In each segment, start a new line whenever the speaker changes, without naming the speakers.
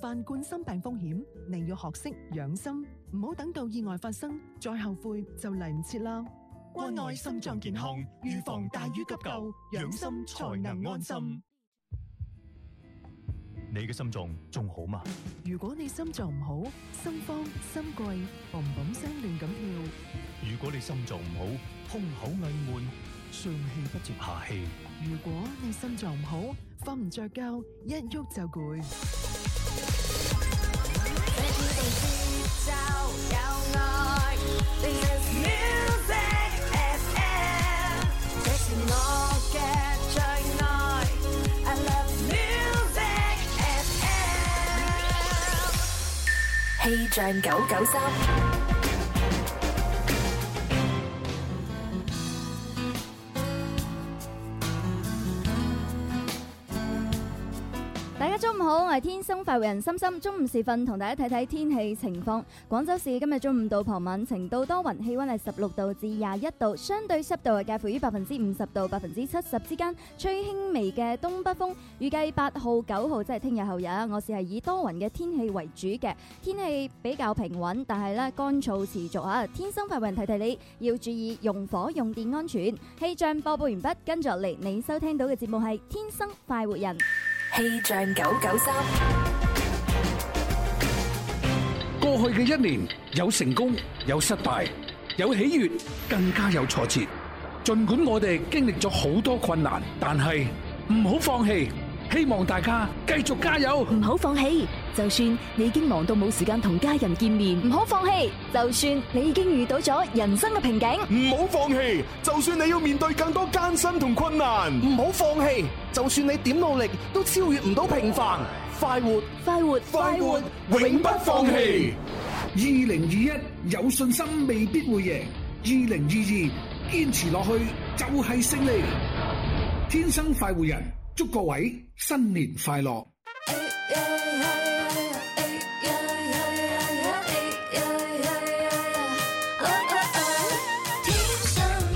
患冠心病風險，你要學識養心，唔好等到意外發生再後悔就嚟唔切啦。
關愛心臟健康，預防大於急救，養心才能安心。。你嘅心臟仲好嘛？
如果你心臟唔好，心慌心悸，嘣嘣聲亂咁跳，
如果你心臟唔好，胸口翳悶，上氣不接下氣。
如果你心臟唔好，瞓唔着覺，一喐就攰。
I love music FM.
氣象九九三，
大家中午好，我係天生快活人心心。中午時分同大家睇睇天氣情況。廣州市今日中午到傍晚晴到多雲，氣温係十六度至廿一度，相對濕度係介乎於百分之五十到百分之七十之間，吹輕微嘅東北風。預計八號、九號即係聽日後日啊，我市係以多雲嘅天氣為主嘅，天氣比較平穩，但係咧乾燥持續啊。天生快活人提提你要注意用火用電安全。氣象播報完畢，跟住落嚟你收聽到嘅節目係《天生快活人》。
氣象九九三，
过去嘅一年，有成功，有失败，有喜悦，更加有挫折。尽管我哋经历咗好多困难，但系唔好放弃，希望大家继续加油。
唔好放棄，就算你已經忙到冇時間同家人見面，
唔好放棄，就算你已經遇到咗人生嘅瓶頸，
唔好放棄，就算你要面對更多艱辛同困難。唔好放棄，就算你點努力都超越唔到平凡。快活，
快活，
快活，永不放棄。
二零二一有信心未必會贏，二零二二堅持落去就係勝利。天生快活人，祝各位新年快樂！
天生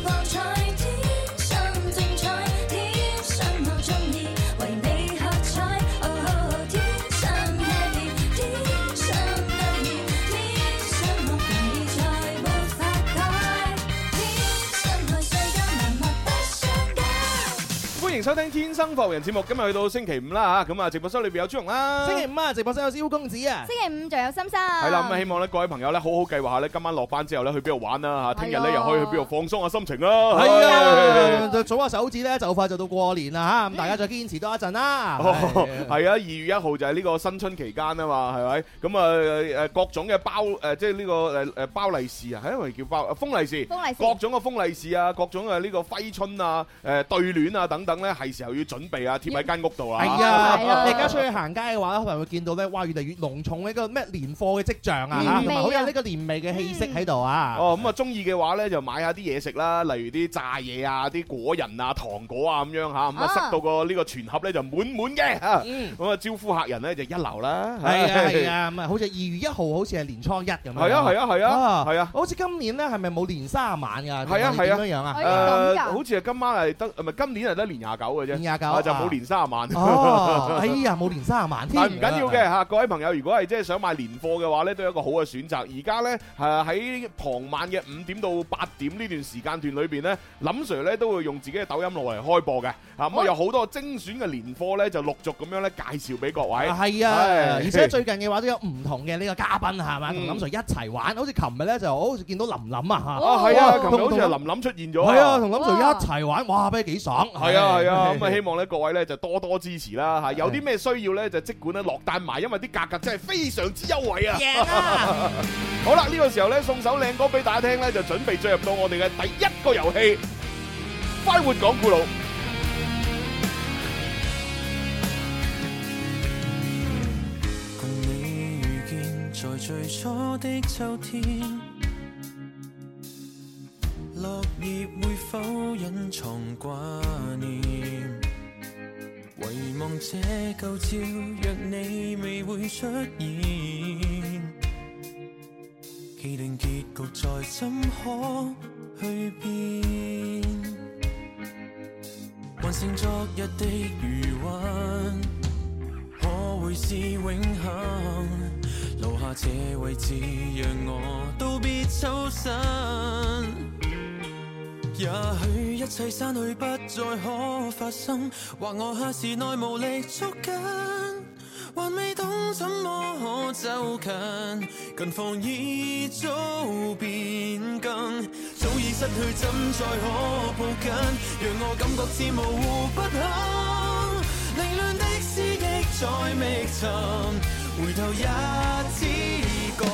博彩，天生精彩，天生我中意，為你喝彩。哦，天生 happy，天生得意，天生我願意再沒法改。天生愛世間萬物不相交。
歡迎收聽《天生浮人》節目，今日去到星期五啦吓，咁啊直播室裏邊有朱容啦，
星期五啊，直播室有蕭公子啊，
星期五仲有心心，
系
係
啦，咁啊希望咧各位朋友咧好好計劃下咧，今晚落班之後咧去邊度玩啦吓，聽日咧又可以去邊度放鬆下心情啦。
係
係
啊，就數下手指咧，就快就到過年啦吓，咁大家再堅持多一陣啦。
哦，
係啊
係啊，二月一號就係呢個新春期間啊嘛，係咪？咁啊誒各種嘅包誒，即係呢個誒誒包利是啊，係因為叫包封利是。
風利
各
是，
種嘅封利是啊，各種嘅呢個揮春啊、誒對聯啊等等咧，係時候要準備啊，貼喺間屋度啦。
係
係啊
啊，你而家出去行街嘅話咧，可能會見到咧，哇，越嚟越濃重呢個咩年貨嘅跡象啊，
年
嚇同
味啊
埋好有呢個年味嘅氣息喺度啊。
哦，咁啊，中意嘅話咧，就買下啲嘢食啦，例如啲炸嘢啊、啲果仁啊、糖果啊咁樣吓，咁啊
啊
塞到個呢個全盒咧就滿滿嘅嚇
嗯，
咁啊招呼客人咧就一流啦。
係啊係，啊，咁啊，好似二月一號好似係年初一咁樣。
係啊係啊係啊
啊
係啊。
好似今年咧係咪冇年卅晚㗎？
係啊
定
係啊
點樣樣啊？
哎咁
誒，
㗎
好似係今晚係得，唔係今年係得年廿九嘅啫，
年廿九
啊就冇
啊
年卅晚。
哦，哎呀，冇年卅晚添。
但啊唔緊要嘅。嚇，各位朋友，如果係即係想買年貨嘅話咧，都有一個好嘅選擇。而家咧誒喺傍晚嘅五點到八點呢段時間段裏邊咧，林 Sir 咧都會用自己嘅抖音落嚟開播嘅。啊咁啊
哦
有好多精選嘅年貨咧，就陸續咁樣咧介紹俾各位。
係
係
啊，而且最近嘅話都有唔同嘅呢個嘉賓係
嗯
嘛，同林 Sir 一齊玩，好似琴日咧就好似見到林林啊
哦
啊，係啊，
哦
琴日好似
動
係林林出現
嚇，
咗。
係啊，。同林 Sir 一齊玩，哇，俾你幾爽，
係啊係啊，咁啊希望咧各位咧就多多支持啦嚇，有啲咩需要咧就即管咧落單買，因為啲價格真係非常之優惠啊！
贏 啊！
好啦，呢、個時候呢，送首靚歌俾大家聽呢，就準備進入到我哋嘅第一個遊戲——快活講古佬。
共你遇見，在最初的秋天，落葉會否隱藏掛念？遺忘這舊照，若你未會出現，既定結局再怎可去變？還剩昨日的餘韻。可會是永恆？這位置讓我都必抽身。也許一切散去不再可發生，或我下時內無力捉緊，還未懂怎麼可走近，近況已早變更，早已失去怎再可抱緊，讓我感覺似模糊不堪，凌亂的思憶在覓尋，回頭也只覺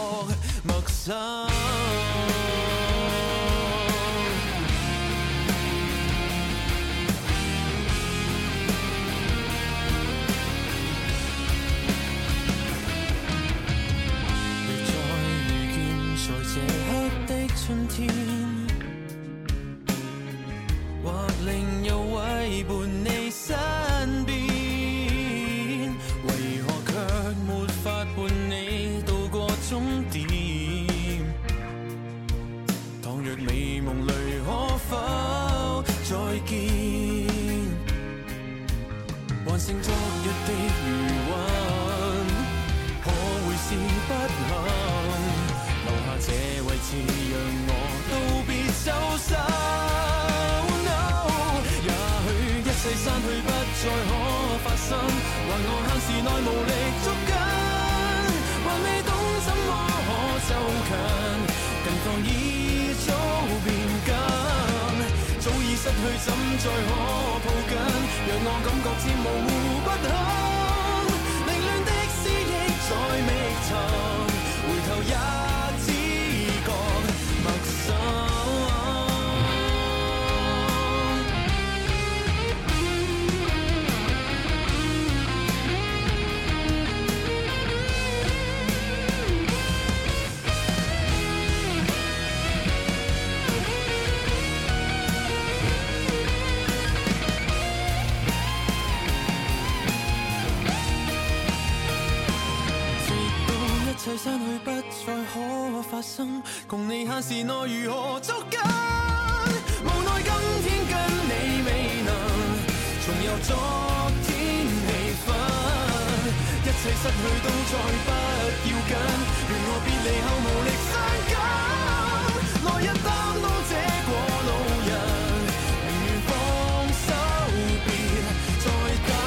陌生。若再遇見，在這刻的春天，或另有位伴你身邊，為何卻沒法伴你渡過終點？倘若美夢裏可否再見？還剩昨日的餘韻。可會是不幸？留下這位置，讓我都別走失。No，也許一世散去不再可發生，還我限時內無力捉緊，還未懂怎麼可走近，近況已早變緊，早已失去怎再可抱緊，讓我感覺似模糊不堪，凌亂的思憶在覓尋，回頭也只覺陌生。直到一切散去不再可發生，共你限時內如何捉緊？無奈今天跟你未能重遊昨天氣氛，一切失去都再不要緊，願我別離後無力相緊，來日擔當這過路人，寧願放手別再等。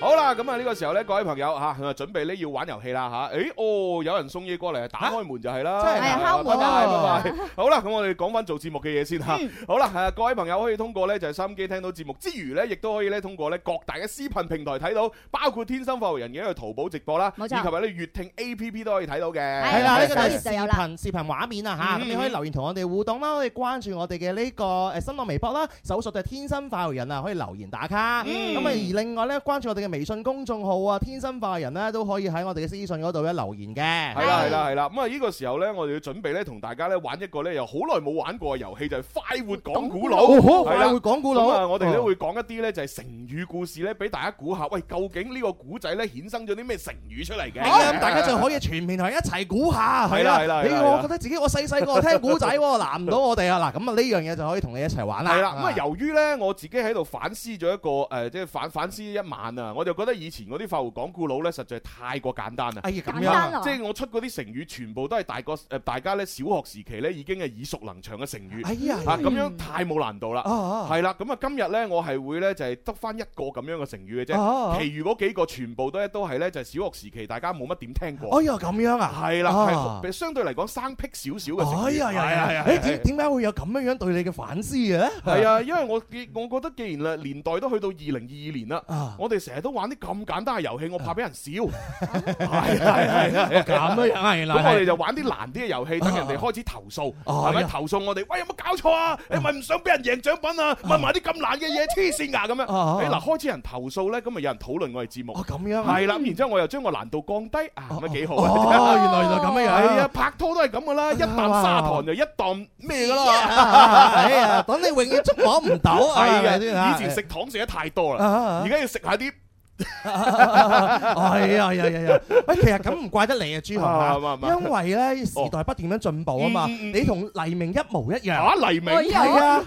好啦，咁啊呢個時候咧，各位朋友吓，啊準備咧要玩遊戲啦吓。誒，哦，有人送嘢過嚟，打開門就係啦。
真係㗎係敲門啊
拜拜拜拜。好啦，咁我哋講翻做節目嘅嘢先吓。好啦，誒各位朋友可以通過咧就係收音機聽到節目之餘咧，亦都可以咧通過咧各大嘅私頻平台睇到，包括天生發育人嘅一個淘寶直播啦，以
冇
及
錯
係咧粵聽 A P P 都可以睇到嘅。
係啦，呢個就係視
係
頻視頻畫面啊
嗯
嚇，咁你可以留言同我哋互動啦，可以關注我哋嘅呢個誒新浪微博啦，搜索就係天生快活人啊，可以留言打卡。
嗯
咁啊，而另外咧，關注我哋嘅微信公眾號啊，天生快活人咧都可以喺我哋嘅私信嗰度咧留言嘅。
啦係啦係啦，咁啊呢個時候咧，我哋要準備咧同大家咧玩一個咧又好耐冇玩過嘅遊戲，就係快活講古佬。
哦好
係啦
快活講古佬
咁啊，我哋咧
哦
會講一啲咧就係成語故事咧，俾大家估下，喂，究竟呢個古仔咧衍生咗啲咩成語出嚟嘅？
咁大家就可以全面同佢一齊估下，
係啦係啦
你
係啦
我覺得自己我細細個聽古仔 喎，難唔到我哋啊！嗱，咁啊呢樣嘢就可以同你一齊玩啦。
係啦，咁啊，由於咧我自己喺度反思咗一個誒，呃即係反反思一晚啊，我就覺得以前嗰啲法胡講古佬咧，實在太過簡單啦。
哎呀咁樣簡單啊
即係我出嗰啲成語，全部都係大個誒，大家咧小學時期咧已經係耳熟能詳嘅成語。
哎呀
啊咁樣太冇難度啦。
啊啊
係啦，咁啊今日咧我係會咧就係得翻一個咁樣嘅成語嘅
啊
啫，
啊
其餘嗰幾個全部都係都係咧就係小學時期大家冇乜點聽過。
哎呀咁樣啊，
係啦，
啊
係相對嚟講生僻少少嘅成語。
哎呀
係啊
呀
係
呀
啊！係啊
誒點點解會有咁樣樣對你嘅反思嘅咧？
係啊，因為我我覺得既然啦年代都去到二零二二年啦，我哋成日都玩啲咁簡單嘅遊戲，我
啊
怕俾 人笑。
咁
係係係係
樣係啦
咁我哋就玩啲難啲嘅遊
啊
戲，等人哋開始投訴，係
哎
咪
呀
投訴我哋？喂，有冇搞錯啊？你咪唔想俾人贏獎品啊？問埋啲咁難嘅嘢，黐線㗎咁樣。
啊
誒嗱，開始有人投訴咧，咁咪有人討論我哋節目。
咁樣啊
係啦，咁然之後我又將個難度降低啊，咁啊幾好啊。
哦原來原來咁樣樣
係啊，拍拖都係咁噶啦，一啖砂糖就一啖咩噶啦。
哎呀，等你永遠捉摸唔到啊！
係
係咪先啊
以前食糖食得太多
啊
啦
啊，
而家要食下啲。
哎呀呀呀呀！喂，其實咁唔怪得你啊，朱
啊啱啊
紅
啱啊
啊，因為咧時代不斷咁進步啊嘛，
嗯嗯
你同黎明一模一樣。
啊，黎明
係啊，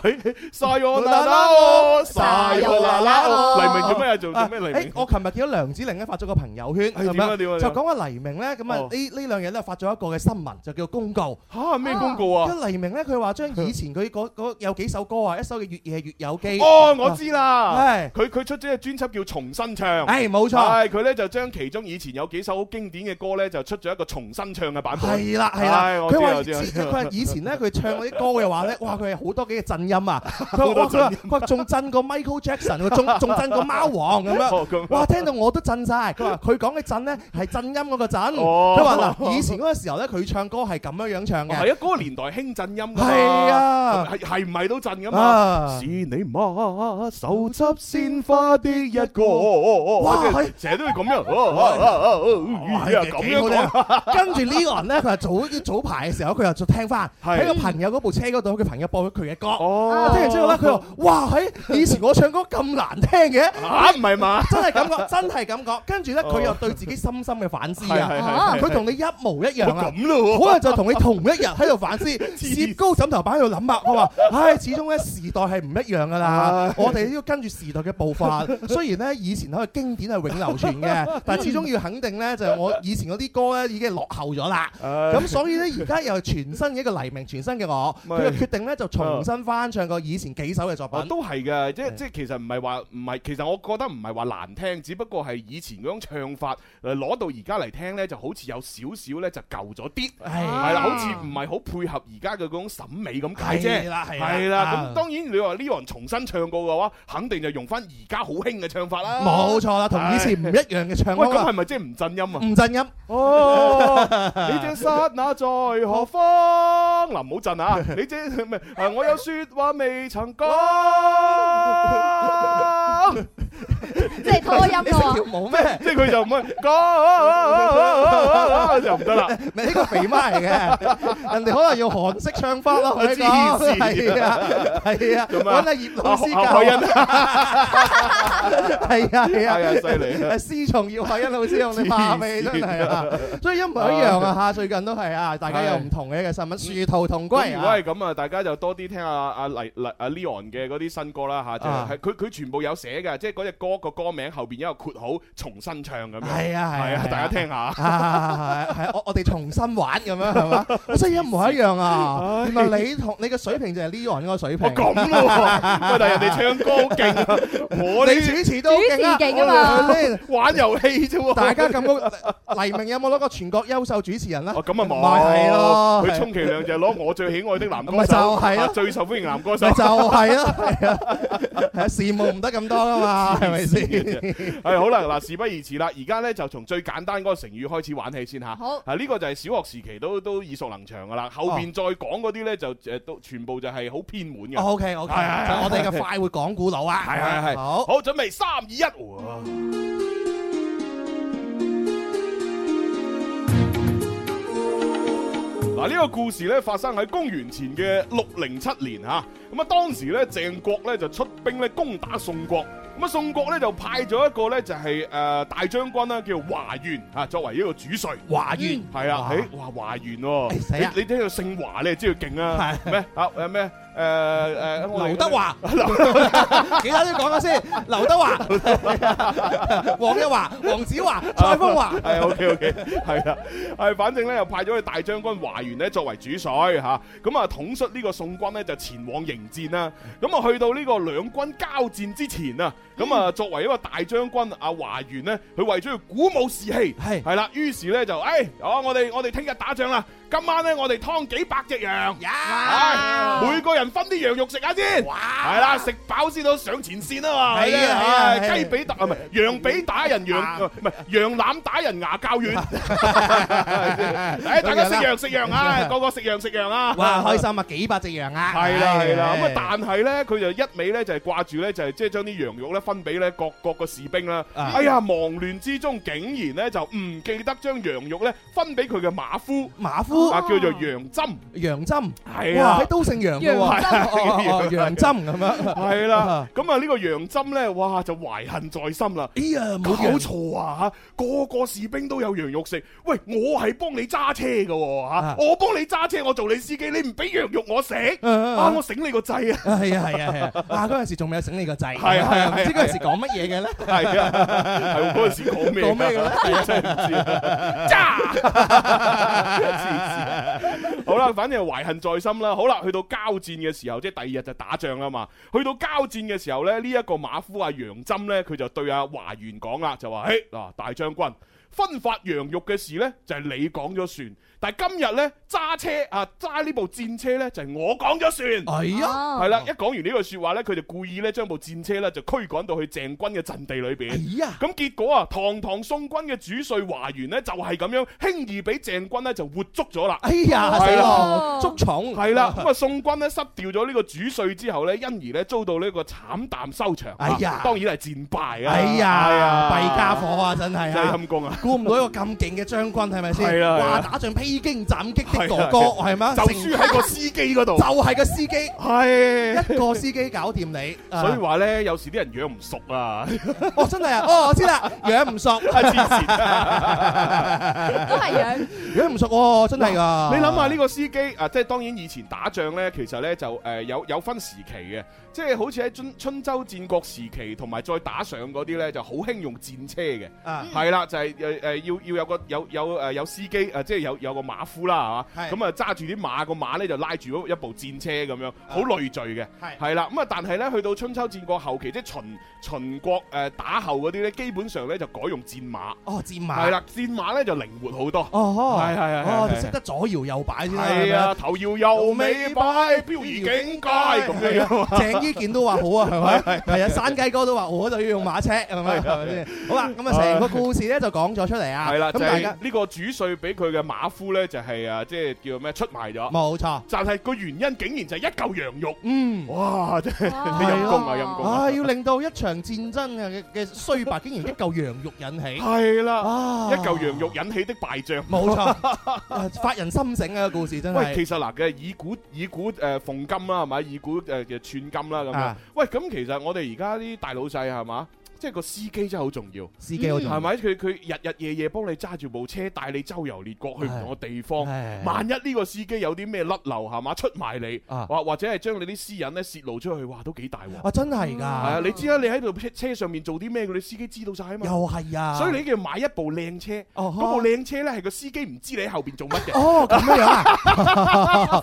晒我啦啦哦，晒我啦啦哦，黎明做咩啊？做做咩黎
誒
明？
我琴日見到梁子玲咧發咗個朋友圈，
係
咁
點啊
樣
點啊點啊
就講話黎明咧，咁啊
哦
呢呢兩日咧發咗一個嘅新聞，就叫 公告。
嚇咩公告啊
因為黎明咧，佢話將以前佢嗰嗰有幾首歌啊，一首嘅《越夜越有機》。
哦，我知啦
係，
佢佢出咗隻專輯叫《重新唱》，
係哎冇錯
係佢咧就將其中以前有幾首好經典嘅歌咧，就出咗一個重新唱嘅版本。
係啦啊係啦
啊唉，我知
佢話
我知啊我知
佢話以前咧佢唱嗰啲歌嘅話咧，哇佢係好多幾嘅震音 啊，佢
好
話
多
哇佢話
震
佢話仲震過 Michael Jackson，佢仲仲 震過貓王咁
哦咁
樣，哇聽到我都震晒。佢話佢講嘅震咧係震音嗰個震，
哦
佢話嗱以前嗰個時候咧佢唱歌係咁樣樣唱嘅，
係啊，嗰個年代興震音㗎嘛
係啊
係係唔係都震㗎嘛
啊？
是你媽手執鮮花的一個，哇
係
成日都會咁樣，哦哦哦哦哎呀咁
幾好
樣
聽
講。
跟住呢個人咧，佢話早早排嘅時候，佢又再聽翻
係哦
喺個朋友嗰部車嗰度，佢朋友播咗佢嘅歌。聽完之後咧，佢話：哇！喺以前我唱歌咁難聽嘅，
嚇啊唔係嘛
真係 咁講，真係咁講。跟住咧，佢又對自己深深嘅反思
哦係係係
啊！
係
佢同你一模一樣啊！
哦咁咯喎
可能就同你同一日喺度反思，摺高枕頭板喺度諗啊！我 話：唉，始終咧時代係唔一樣噶啦
唉，
我哋都要跟住時代嘅步 伐。雖然咧以前可以經典係永流傳嘅，但係始終要肯定咧，就係我以前嗰啲歌咧已經係落後咗啦。咁所以咧，而家又係全新嘅一個黎明，全新嘅我，
咪啊
佢就決定咧就重新翻唱過以前幾首嘅作
哦
品。
都係嘅，即即其實唔係話唔係，其實我覺得唔係話難聽，只不過係以前嗰種唱法，誒攞到而家嚟聽呢，就好似有少少呢，就舊咗啲，
啊
係啦，好似唔係好配合而家嘅嗰種審美咁解啫，
係啦係啦
係啦。
啊
咁當然你話 Leon 重新唱過嘅話，肯定就用翻而家好興嘅唱法啦，
冇錯啦，同以前唔一樣嘅唱
喂，
腔
咁係
啦，
咪即係唔震音啊？
唔震音。
哦，你這刹那在何 方？嗱，唔好震啊！你這唔係啊我有说話未曾 講，
即係拖音咯喎。
冇咩？
即係佢就唔係講就唔得啦。
咪呢個肥媽嚟嘅，人哋可能用韓式唱法 咯，
黐
佢講
線
係啊，係啊，
做咩啊
揾阿葉老師
啊
教，
何海欣
係啊係啊，
哎呀犀利啊
係師從葉海欣老師用你怕味真係啊，所以一模一樣啊嚇，最近都係啊，大家有唔同嘅嘅新聞，殊途同
咁
歸
如果
啊
係，咁啊，大家就多啲聽阿阿黎黎阿 Leon 嘅嗰啲新歌啦吓，就
啊
係佢佢全部有寫嘅，即係嗰只歌個歌名後邊有一個括號重新唱咁樣。
係啊係啊
係啊，
係啊
大家聽下。
啊係係我我哋重新玩咁樣係嘛， 真係一模一樣啊！原來你同你嘅水平就係 Leon 嗰個水平，
哦咁咯喎，喂但係人哋唱歌好 勁啊，我呢
你主持都好勁啊
主持勁啊嘛
我哋
玩遊戲啫喎。
大家咁高，黎明有冇攞過全國優秀主持人咧？
哦，咁啊冇，
咪係咯
佢充其量就係攞我最喜愛的男歌手，
咪就係咯
啊最受歡迎男歌手
咪，就係咯，係啊，係啊，事務唔得咁多噶嘛，係咪先？
係好啦，嗱，事不宜遲啦，而家咧就從最簡單嗰個成語開始玩起先吓。
好
啊呢個就係小學時期都都耳熟能詳噶啦，後
哦
邊再講嗰啲咧就誒都全部就係好偏門嘅。
O K O K，
係係係
我哋嘅快活講古佬啊，
係係係，
好。
好準備三二一，哇嗱，呢個故事咧發生喺公元前嘅六零七年嚇，咁啊當時咧鄭國咧就出兵咧攻打宋國，咁啊宋國咧就派咗一個咧就係、誒、大將軍啦，叫華元啊，作為一個主帥。
華元
係啊，
哇
誒哇華元喎，
哎死啊
你你聽到姓華你就知佢勁啦，咩啊誒咩誒誒
劉德華， 其他都講下先。劉德 華、黃日華、黃子華、蔡風華，
係 OK OK，係啦，係反正咧又派咗去大將軍華元咧作為主帥吓，咁啊統率呢個宋軍咧就前往迎戰啦。咁啊去到呢個兩軍交戰之前啊，咁啊作為一個大將軍阿華元咧，佢為咗要鼓舞士氣，
係
哦係啦，於是咧就誒，哎好啊我哋我哋聽日打仗啦，今晚咧我哋劏幾百隻羊，係每個人分啲羊肉食下先，係啦， 食飽先到上前線啊嘛，
係啊
唉
係啊
雞髀打唔係羊髀打人羊唔係羊腩打人牙較 軟，誒大家食羊食 羊啊，個個食羊食羊啊，
哇，開心啊！幾百隻羊啊！
係啦係啦，咁啊
唉
但係咧佢就一味咧就係掛住咧就係即係將啲羊肉咧分俾咧各各個士兵啦。哎呀，忙亂之中竟然咧就唔記得將羊肉咧分俾佢嘅馬夫，
馬夫
啊叫做羊針，
羊針
係
哇，
啊
喺都姓楊嘅
羊
喎，
針
哦哦 哦羊針咁樣，
係啦，咁啊呢個羊針咧，哇就懷恨在心啦。哎
呀，
搞
冇羊
錯啊嚇，個個士兵都有羊肉食。喂，我係幫你揸車嘅喎嚇我幫你揸車，我做你司機，你唔俾羊肉我食，
嗯
啊啊我醒你個掣啊！
啊。係啊係啊係啊！啊嗰陣時仲未有醒你個掣，
係啊係啊
唔知嗰陣時講乜嘢嘅 咧？
係啊，係嗰陣時講咩㗎？
講咩嘅咧
係啊 真係唔知 啊！渣，黐線！好啦，反正係懷恨在心啦。好啦，去到交戰嘅時候，即係第二日就打仗啦嘛。去到交戰嘅時候咧，呢一個馬夫阿楊針咧，佢就對阿華元講啦，就話：，誒嗱，大將軍。分發羊肉嘅事呢，就係、你講咗算，但係今日呢，揸車啊揸呢部戰車呢，就係、我講咗算。
係
哦
啊
係啦，一講完呢句説話呢，佢就故意呢將部戰車呢，就驅趕到去鄭軍嘅陣地裏邊。咁結果啊，堂堂宋軍嘅主帥華元呢，就係、咁樣輕易俾鄭軍呢就活捉咗啦。
哎呀，死
係
咯，捉蟲
係啦，咁啊宋軍咧失掉咗呢個主帥之後咧，因而咧遭到呢個慘淡收場。
哎呀
啊當然係戰敗啊！
哎
係
呀，
啊
弊家伙啊，真係
真係
啊，
陰 公啊！
估唔到一個咁勁嘅將軍係咪
係
先？
啊係啊
哇，打仗披荊斬棘的
係
哥
啊
哥
係啊
係咪啊？
就
成
輸喺個司機嗰度
就係個司機，
係
一個啊司機搞掂你，啊
所以話咧，有時啲人養唔熟 啊，
哦真係啊，哦我知啦，養唔熟，
黐
哦
線，
都係 養養唔熟喎，真係㗎。
你諗下呢個司機啊，即係當然以前打仗呢，其實呢就誒、呃有有分時期嘅，即係好似喺春春秋戰國時期，同埋再打上嗰啲呢，就好興用戰車嘅，
啊
係啦、就係誒誒要要有個有有誒有司機啊，即係有有個馬夫啦嚇，
係
咁啊揸住啲馬個馬呢，就拉住嗰一部戰車咁樣，好累贅嘅，
啊係
係啦，咁啊但係呢，去到春秋戰國後期，即係秦秦國誒、呃打後嗰啲呢，基本上呢，就改用戰馬，
哦戰馬
係啦，戰馬呢就靈活好多，
哦，
係係係
哦，
係
你識得左搖右擺先啦，係
係
咪
啊，頭要右尾擺，漂移境界咁樣 樣啊。
鄭伊健都話好 啊，係咪？係啊，山雞哥都話我就要用馬車，係咪？係咪先？好啦，咁啊，成
Ờ.
個故事咧就講咗出嚟啊。
係啦，
咁
就
大
係
家
呢個主帥俾佢嘅馬夫咧，就係啊，即係叫咩出賣咗。
冇錯。
但係個原因竟然就係一嚿羊肉。
嗯，
哇，真係陰公啊，陰公啊。
啊，要令到一場戰爭嘅嘅衰敗，竟然一嚿羊肉引起。
係
啊
啦，一嚿羊肉引起的敗仗。
冇 錯，啊發人心醒啊！個故事真
喂，
係。
其實嗱嘅以古以古誒縫金啦，係咪？以古誒嘅串金啦咁樣
啊。
喂，咁其實我哋而家啲大老細係嘛？即係個司機真係好重要，
司機好重要
係咪？佢佢日日夜夜幫你揸住部車，帶你周遊列國去唔同嘅地方
唉。
萬一呢個司機有啲咩甩漏係嘛，出賣你，
啊
或或者係將你啲私隱咧泄露出去，哇，都幾大鑊。
啊，真係㗎。
係啊，你知啦，你喺度車車上面做啲咩，佢哋司機知道晒啊嘛。
又係啊。
所以你叫買一部靚車，
哦
嗰部靚車咧係個司機唔知你喺後邊做乜嘅。
哦咁樣啊，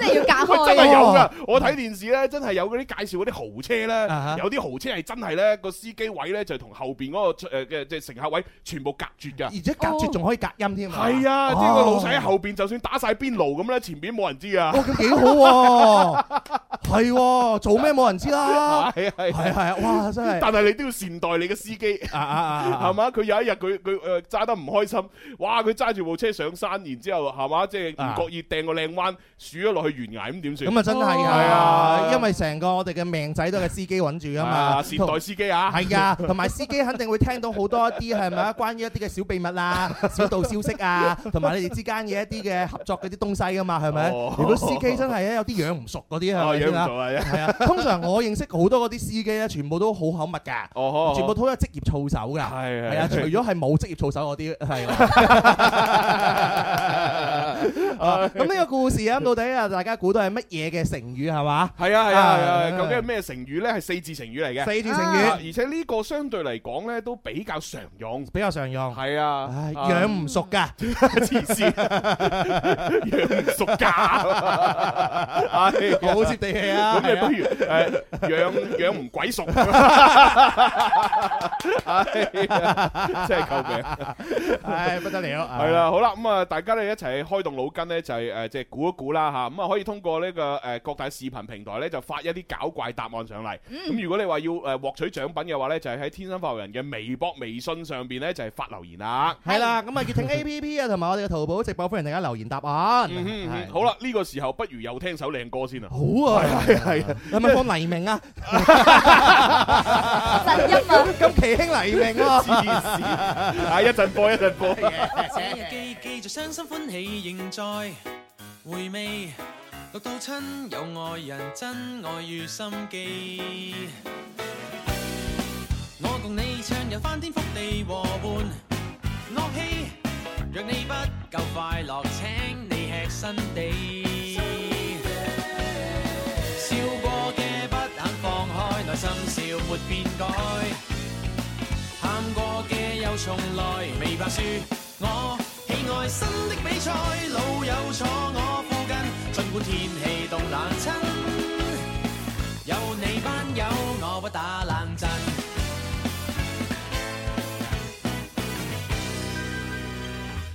即係要 隔開啊
喂真係有㗎！我睇電視咧，真係有嗰啲介紹嗰啲豪車
啊哈
咧，有啲豪車係真係咧個司機位咧就同後邊嗰個誒嘅即係乘客位全部隔絕㗎。
而且隔絕仲可以隔音添。
係啊，即係個老細喺
哦
後邊，就算打晒邊爐咁咧，前邊冇人知啊。
哇，咁幾好 喎！係喎，做咩冇人知啦？
係啊係啊
係係啊，哇！真係
但係你都要善待你嘅司機，
啊啊啊啊
係嘛？佢有一日佢佢誒揸得唔開心，哇！佢揸住部車上山，然之後係嘛，即係唔覺意掟個靚彎，鼠咗落去懸崖咁點算？
啊咁啊，真係
係
啊
啊，，
因為成個我哋嘅命仔都係司機揾住啊嘛，
啊善待司機啊，
係啊，同埋司機肯定會聽到好多一啲係咪啊，關於一啲嘅小秘密 啊、小道消息啊，同埋你哋之間嘅一啲嘅合作嗰啲東西噶嘛，係咪？
哦
如果司機真係咧有啲養唔熟嗰啲係
哦
咪先啦
養唔熟啊
係啊，通常我認識好多嗰啲司機咧，全部都好口密㗎。
哦好好
全部都有職業操守㗎，
係
係啊，
係
除咗係冇職業操守嗰 啲係啊。啊 咁呢個故事啊，咁到底啊，大家估到係乜嘢嘅成語係嘛？
係啊係啊係啊！究竟係咩成語咧？係四字成語嚟嘅。
四字成語
語，而且呢個相對嚟講咧都比較常用。
比較常用？
係啊
唉，，養唔熟㗎。
黐線，養唔 熟㗎，係啊
好接地氣啊
咁
係
你
啊
不如誒養養唔 鬼熟，哎係啊真係救命！
唉，不得了。
啊係啦，好啦，咁啊，大家咧一齊開動動腦筋呢，就係誒即係估一估啦嚇，咁啊可以通過呢個誒各大視頻平台呢，就發一啲搞怪答案上嚟。
嗯
咁如果你話要誒獲取獎品嘅話呢，就係喺天生發育人嘅微博、微信上邊呢，就係發留言啦。
係啦，咁啊粵聽 A P P 啊，同埋我哋嘅淘寶直播，歡迎大家留言答案。
嗯哼嗯哼好啦，呢個時候不如又聽首靚歌 先啊！
好啊，係係，有冇放黎 明啊？咁奇
神音啊！
兄黎 明啊！
黐線啊！一陣播一陣播。
這日記記住傷心歡喜仍在回味，六到親有愛人，真愛與心機。我共你唱遊翻天覆地和伴樂器，若你不夠快樂，請你吃新地。笑過嘅不肯放開，內心笑沒變改，喊過嘅又從來未怕輸。我喜愛新的比賽，老友坐我附近，儘管天氣凍冷親，有你班友我不打冷震。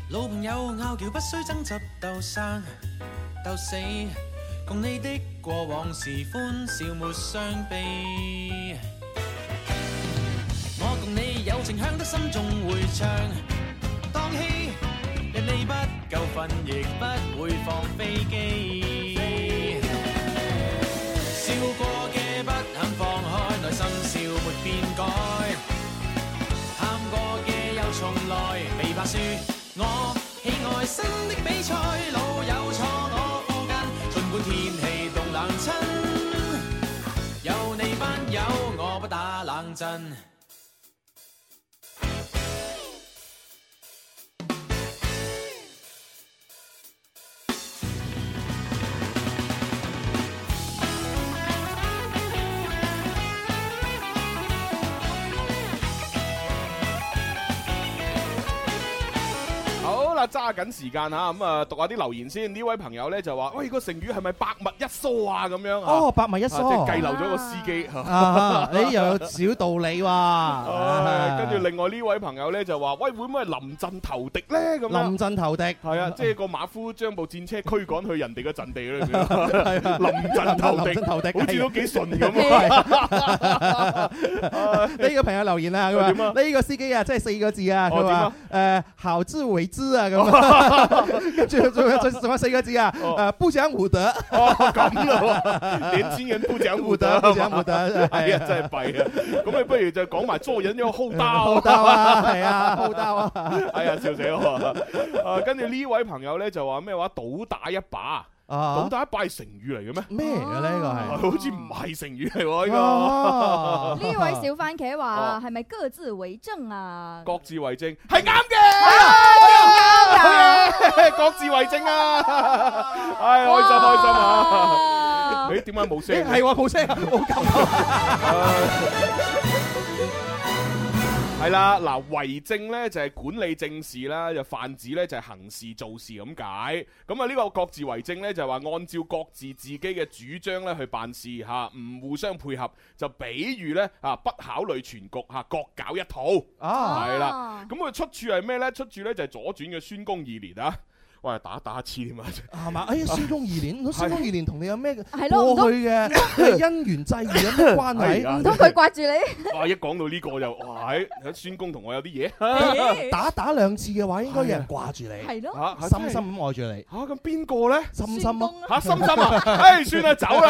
老朋友拗撬不需爭執鬥生鬥死，共你的過往時歡笑沒相避。我共你友情響得心中會唱。當希，人你不夠瞓，亦不會放飛機。笑過嘅不肯放開，內心笑沒變改。喊過嘅又從來未怕輸，我喜愛新的比賽，老友坐我附近，儘管天氣凍冷親，有你班友我不打冷震。
好啦，揸緊時間嚇，咁啊讀下啲留言先。呢位朋友咧就話：，喂，個成語係咪百密一疏啊？咁樣啊
哦百密一疏
啊即係計漏咗個司機。
啊，你又有小道理啊
唉
喎。
哦跟住另外呢位朋友咧就話：，喂，會唔會係臨陣投敵咧？咁樣
臨陣投 敵，
係啊，即係個馬夫將部戰車驅趕去人哋嘅陣地裏邊，
係啊
臨陣投哎敵，
臨陣投 敵
好似都幾順咁啊！
呢個朋友留言啊，佢話
點啊
呢個司機啊，即係四個字啊，
哦
佢話誒好自為之啊咁， 跟住仲有仲有仲有四個字啊，
哦
誒不講武德，
哦，咁咯，年輕人不講 武德，
不講武 德
係
係
啊，
啊
真係弊啊！咁你不如就講埋做人要好
好
刀，
兜啊，係啊，好兜啊，
哎呀，笑死我 啊！啊跟住呢位朋友咧就話咩話，倒打一把，倒
啊
打一把係成語嚟嘅咩？
咩嚟嘅呢個
啊
係？ 哦
好似唔係啊成語嚟喎，
啊哇
呢
呢位小番茄
哦
話：係咪各自為政啊？
個各自為政係啱
啊
哎
嘅，哎各自為政 啊！唉，開心開心啊！
啊！
誒點解冇聲
咦
嘅？
係喎，冇聲啊，冇咁
系啦，嗱，為政咧就係管理政事啦，就泛指咧就係行事做事咁解。咁啊呢個各自為政咧就係話按照各自自己嘅主張咧去辦事吓，唔互相配合，就比喻咧啊不考慮全局吓，各搞一套。
嗯
啊，
係啦咁佢出處係咩咧？出處咧就係左轉嘅孫公二年啊，喂打打黐添啊！
係嘛？哎呀，孫中二年，咁孫中二年同你有咩
係咯唔通
過去嘅姻緣際遇有咩關
係
係？
啊
唔通佢掛住 你？
哇，啊一講到呢個就哇，喺孫公同我有啲 嘢
打打兩次嘅話，應該有人掛住你，
係咯，
吓，
深深咁愛住你，
吓咁邊個咧？
深
孫
深啊！
公啊
吓心心 啊，唉，算啦，走 啦，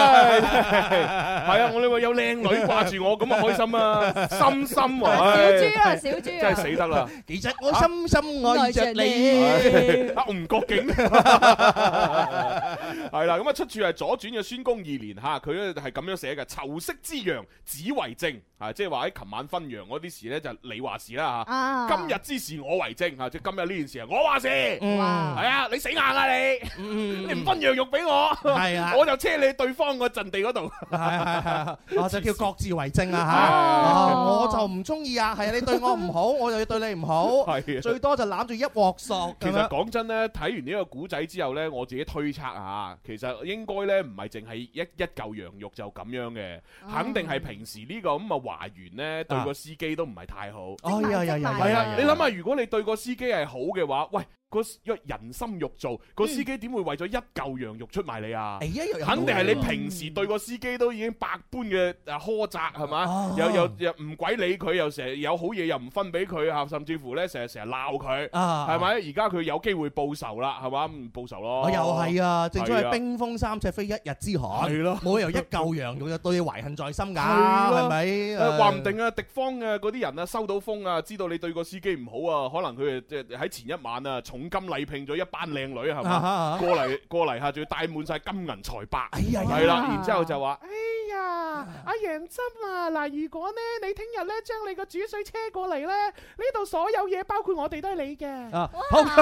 係啊，我哋話有靚女掛住我，咁啊開心啊，心心啊，
小
唉
豬啊，小豬
真係
啊，
死得啦，
其實我深深愛着你。
唉啊吳國景， 係啦，咁啊出處係左轉嘅孫公二年吓，佢咧係咁樣寫嘅，囚色之陽，子為政啊，即係話喺琴晚分陽嗰啲事咧就你話事啦吓。
啊，
今日之事我為政吓，即係今日呢件事啊，我話事，係
嗯，
啊，你死硬啊你，你 唔分羊肉俾我，
係啊
我就車你對方個陣地嗰度。
係係係 係，啊我就叫各自為政啊嚇。
哦
我就唔中意啊，係你對我唔好， 我就要對你唔好，
係啊
最多就攬住一鑊索
其
咁樣。
實講真咧，睇完呢個古仔之後咧，我自己推測啊，其實應該咧唔係淨係一一嚿羊肉就咁樣嘅，
哦
肯定係平時呢個咁嘅華員咧對個司機都唔係太好。
哦，呀呀呀，
係
係
啊
啊，你諗下，如果你對個司機係好嘅話，喂，個因為人心肉做，個司機點會為咗一嚿羊肉出賣你啊？
一哎樣有
肯定係你
道理
平時對個司機都已經百般嘅啊苛責係
啊
嘛？又又又唔鬼理佢，又成日有好嘢又唔分俾佢嚇，甚至乎咧成日成日鬧佢，
啊
係咪？而家佢有機會報仇啦，係嘛？唔報仇咯，
我又係啊，正所謂
係啊
冰封三尺非一日之寒，
係咯
冇理由一嚿羊肉就對你懷恨在心㗎，
係咯
係咪？
誒話唔定啊，敵方嘅嗰啲人啊，收到風啊，知道你對個司機唔好啊，可能佢誒即係喺前一晚啊，重金禮聘咗一班靚女係
啊哈
嘛
啊，
過嚟過嚟下，仲要帶滿晒金銀財帛，
哎呀
係啦，然之後就話。
哎呀，阿楊針啊，嗱，如果咧你聽日咧將你個煮水車過嚟咧，呢度所有嘢包括我哋都係你嘅。
啊，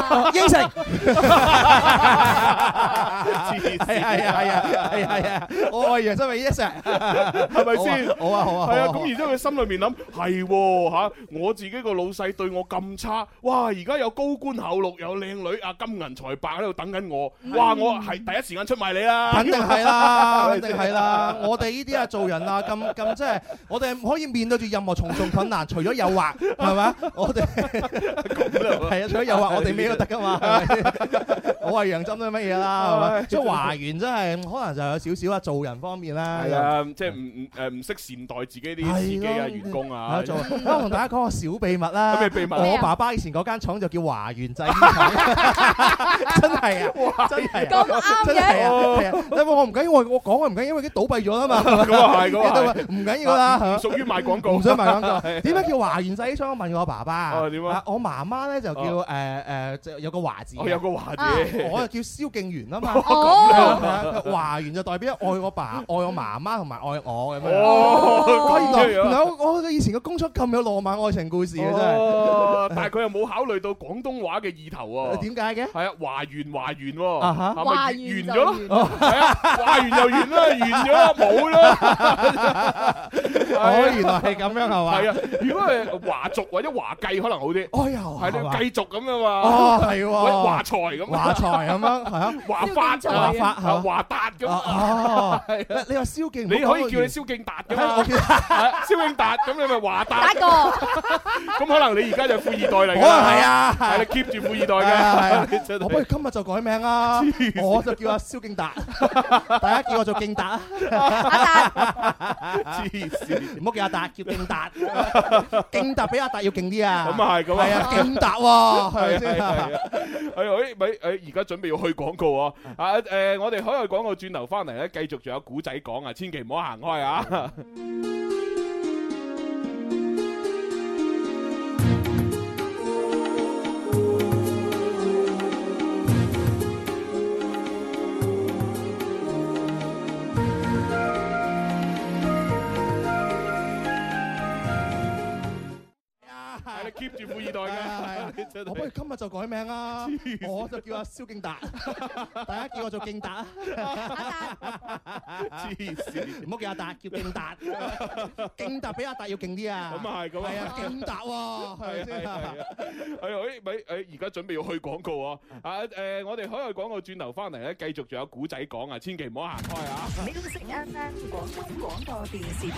好 應承。
哎係
係啊係啊係啊係啊係啊！我愛楊真美 yes
係
係
咪先？
好啊好啊！
係啊！
好
咁然之後佢心裏面諗係喎嚇，我自己個老細對我咁差，哇！而家有高官厚祿，有靚女啊，金銀財帛喺度等緊我，哇！我係第一時間出賣你 啦，
肯定係 啦，
係咪
肯
先
定係啦！我哋呢啲啊做人啊咁咁即係，我哋唔可以面對住任何重重困難，除咗誘惑 係咪？我哋係啊，除咗誘惑，我哋咩都得噶嘛。 係咪我係楊針都乜嘢 啦，係咪？所以華園真係可能就有少少啊，做人方面啦。
係啊，即係唔唔誒唔識善待自己啲司機啊、員工啊
啊，，做我同大家講個小秘密啦。
咩秘密啊
我爸爸以前嗰間廠就叫華園 製衣廠， 真係啊，真 係啊
咁啱嘅
真係啊係啊。因為我唔緊要，我我講啊唔緊要，因為已經倒閉咗啦嘛。
咁啊係咁啊係
唔緊要啦，
唔屬於賣廣告
唔想賣廣告。
係啊
點解叫華園製衣廠？我問我爸爸。
哦點啊
我媽媽咧就叫
哦
誒誒，就有個華字嘅。
哦有個華字
啊我就叫蕭敬元啊嘛。
哦
係啊係啊華園就代表愛我 爸、愛我媽媽同埋愛我咁樣。
哦
哇原來
咁樣
原來我我以前嘅工作咁有浪漫愛情故事嘅真
哦，但
係。
係佢又冇考慮到廣東話嘅意頭喎。
點解嘅？
係啊，華園華園喎，
啊哈
係咪
華
完咗
Ờ.
咯？係啊，華園就完啦，完咗啦，冇 啦。
哦原來係咁樣係嘛
係啊，如果係華族或者華繼可能好啲。
哦，又
係
係
咯，
嘛
繼續咁啊樣嘛。
哦係喎
或者華財咁。
華財咁樣係 啊
華發
蕭敬啊華發係嘛
華達啊咁。
哦
係啊
你話蕭敬
你
唔好
可以
講
叫
完
你蕭敬達 㗎 嘛？係啊蕭敬達咁你咪華達。
打過。
咁可能你而家就係富二代嚟㗎。
可能係啊
係你 keep 住富
係啊
二 代
係
嘅
啊。
真係
我不如今日就改名啦，我就叫阿蕭敬 達，大家叫我做敬達啊，
黐線，
唔好叫阿達，叫敬 達，敬達比阿達要勁啲啊，
咁啊係，咁啊
係 啊，敬達喎，係咪先啊？
係誒哎咪誒，而家準備要去廣告啊！啊誒，我哋海外廣告轉頭翻嚟咧，繼續仲有古仔講啊，千祈唔好行開啊！係啊你 keep 住富二代嘅，真
啊
係
我不如今日就改名啊！我就叫阿蕭敬達，大家叫我做敬達啊！
黐線，
唔好叫阿達，叫敬 達。敬達比阿達要勁啲啊！
咁啊係咁啊
係啊，敬達喎，係咪
係
先
啊
啊？
係啊誒咪誒，而家準備要去廣告啊！啊誒，我哋海外廣告轉頭翻嚟咧，繼續仲有古仔講啊，千祈唔好行開啊！
Music FM 廣東廣播電視台。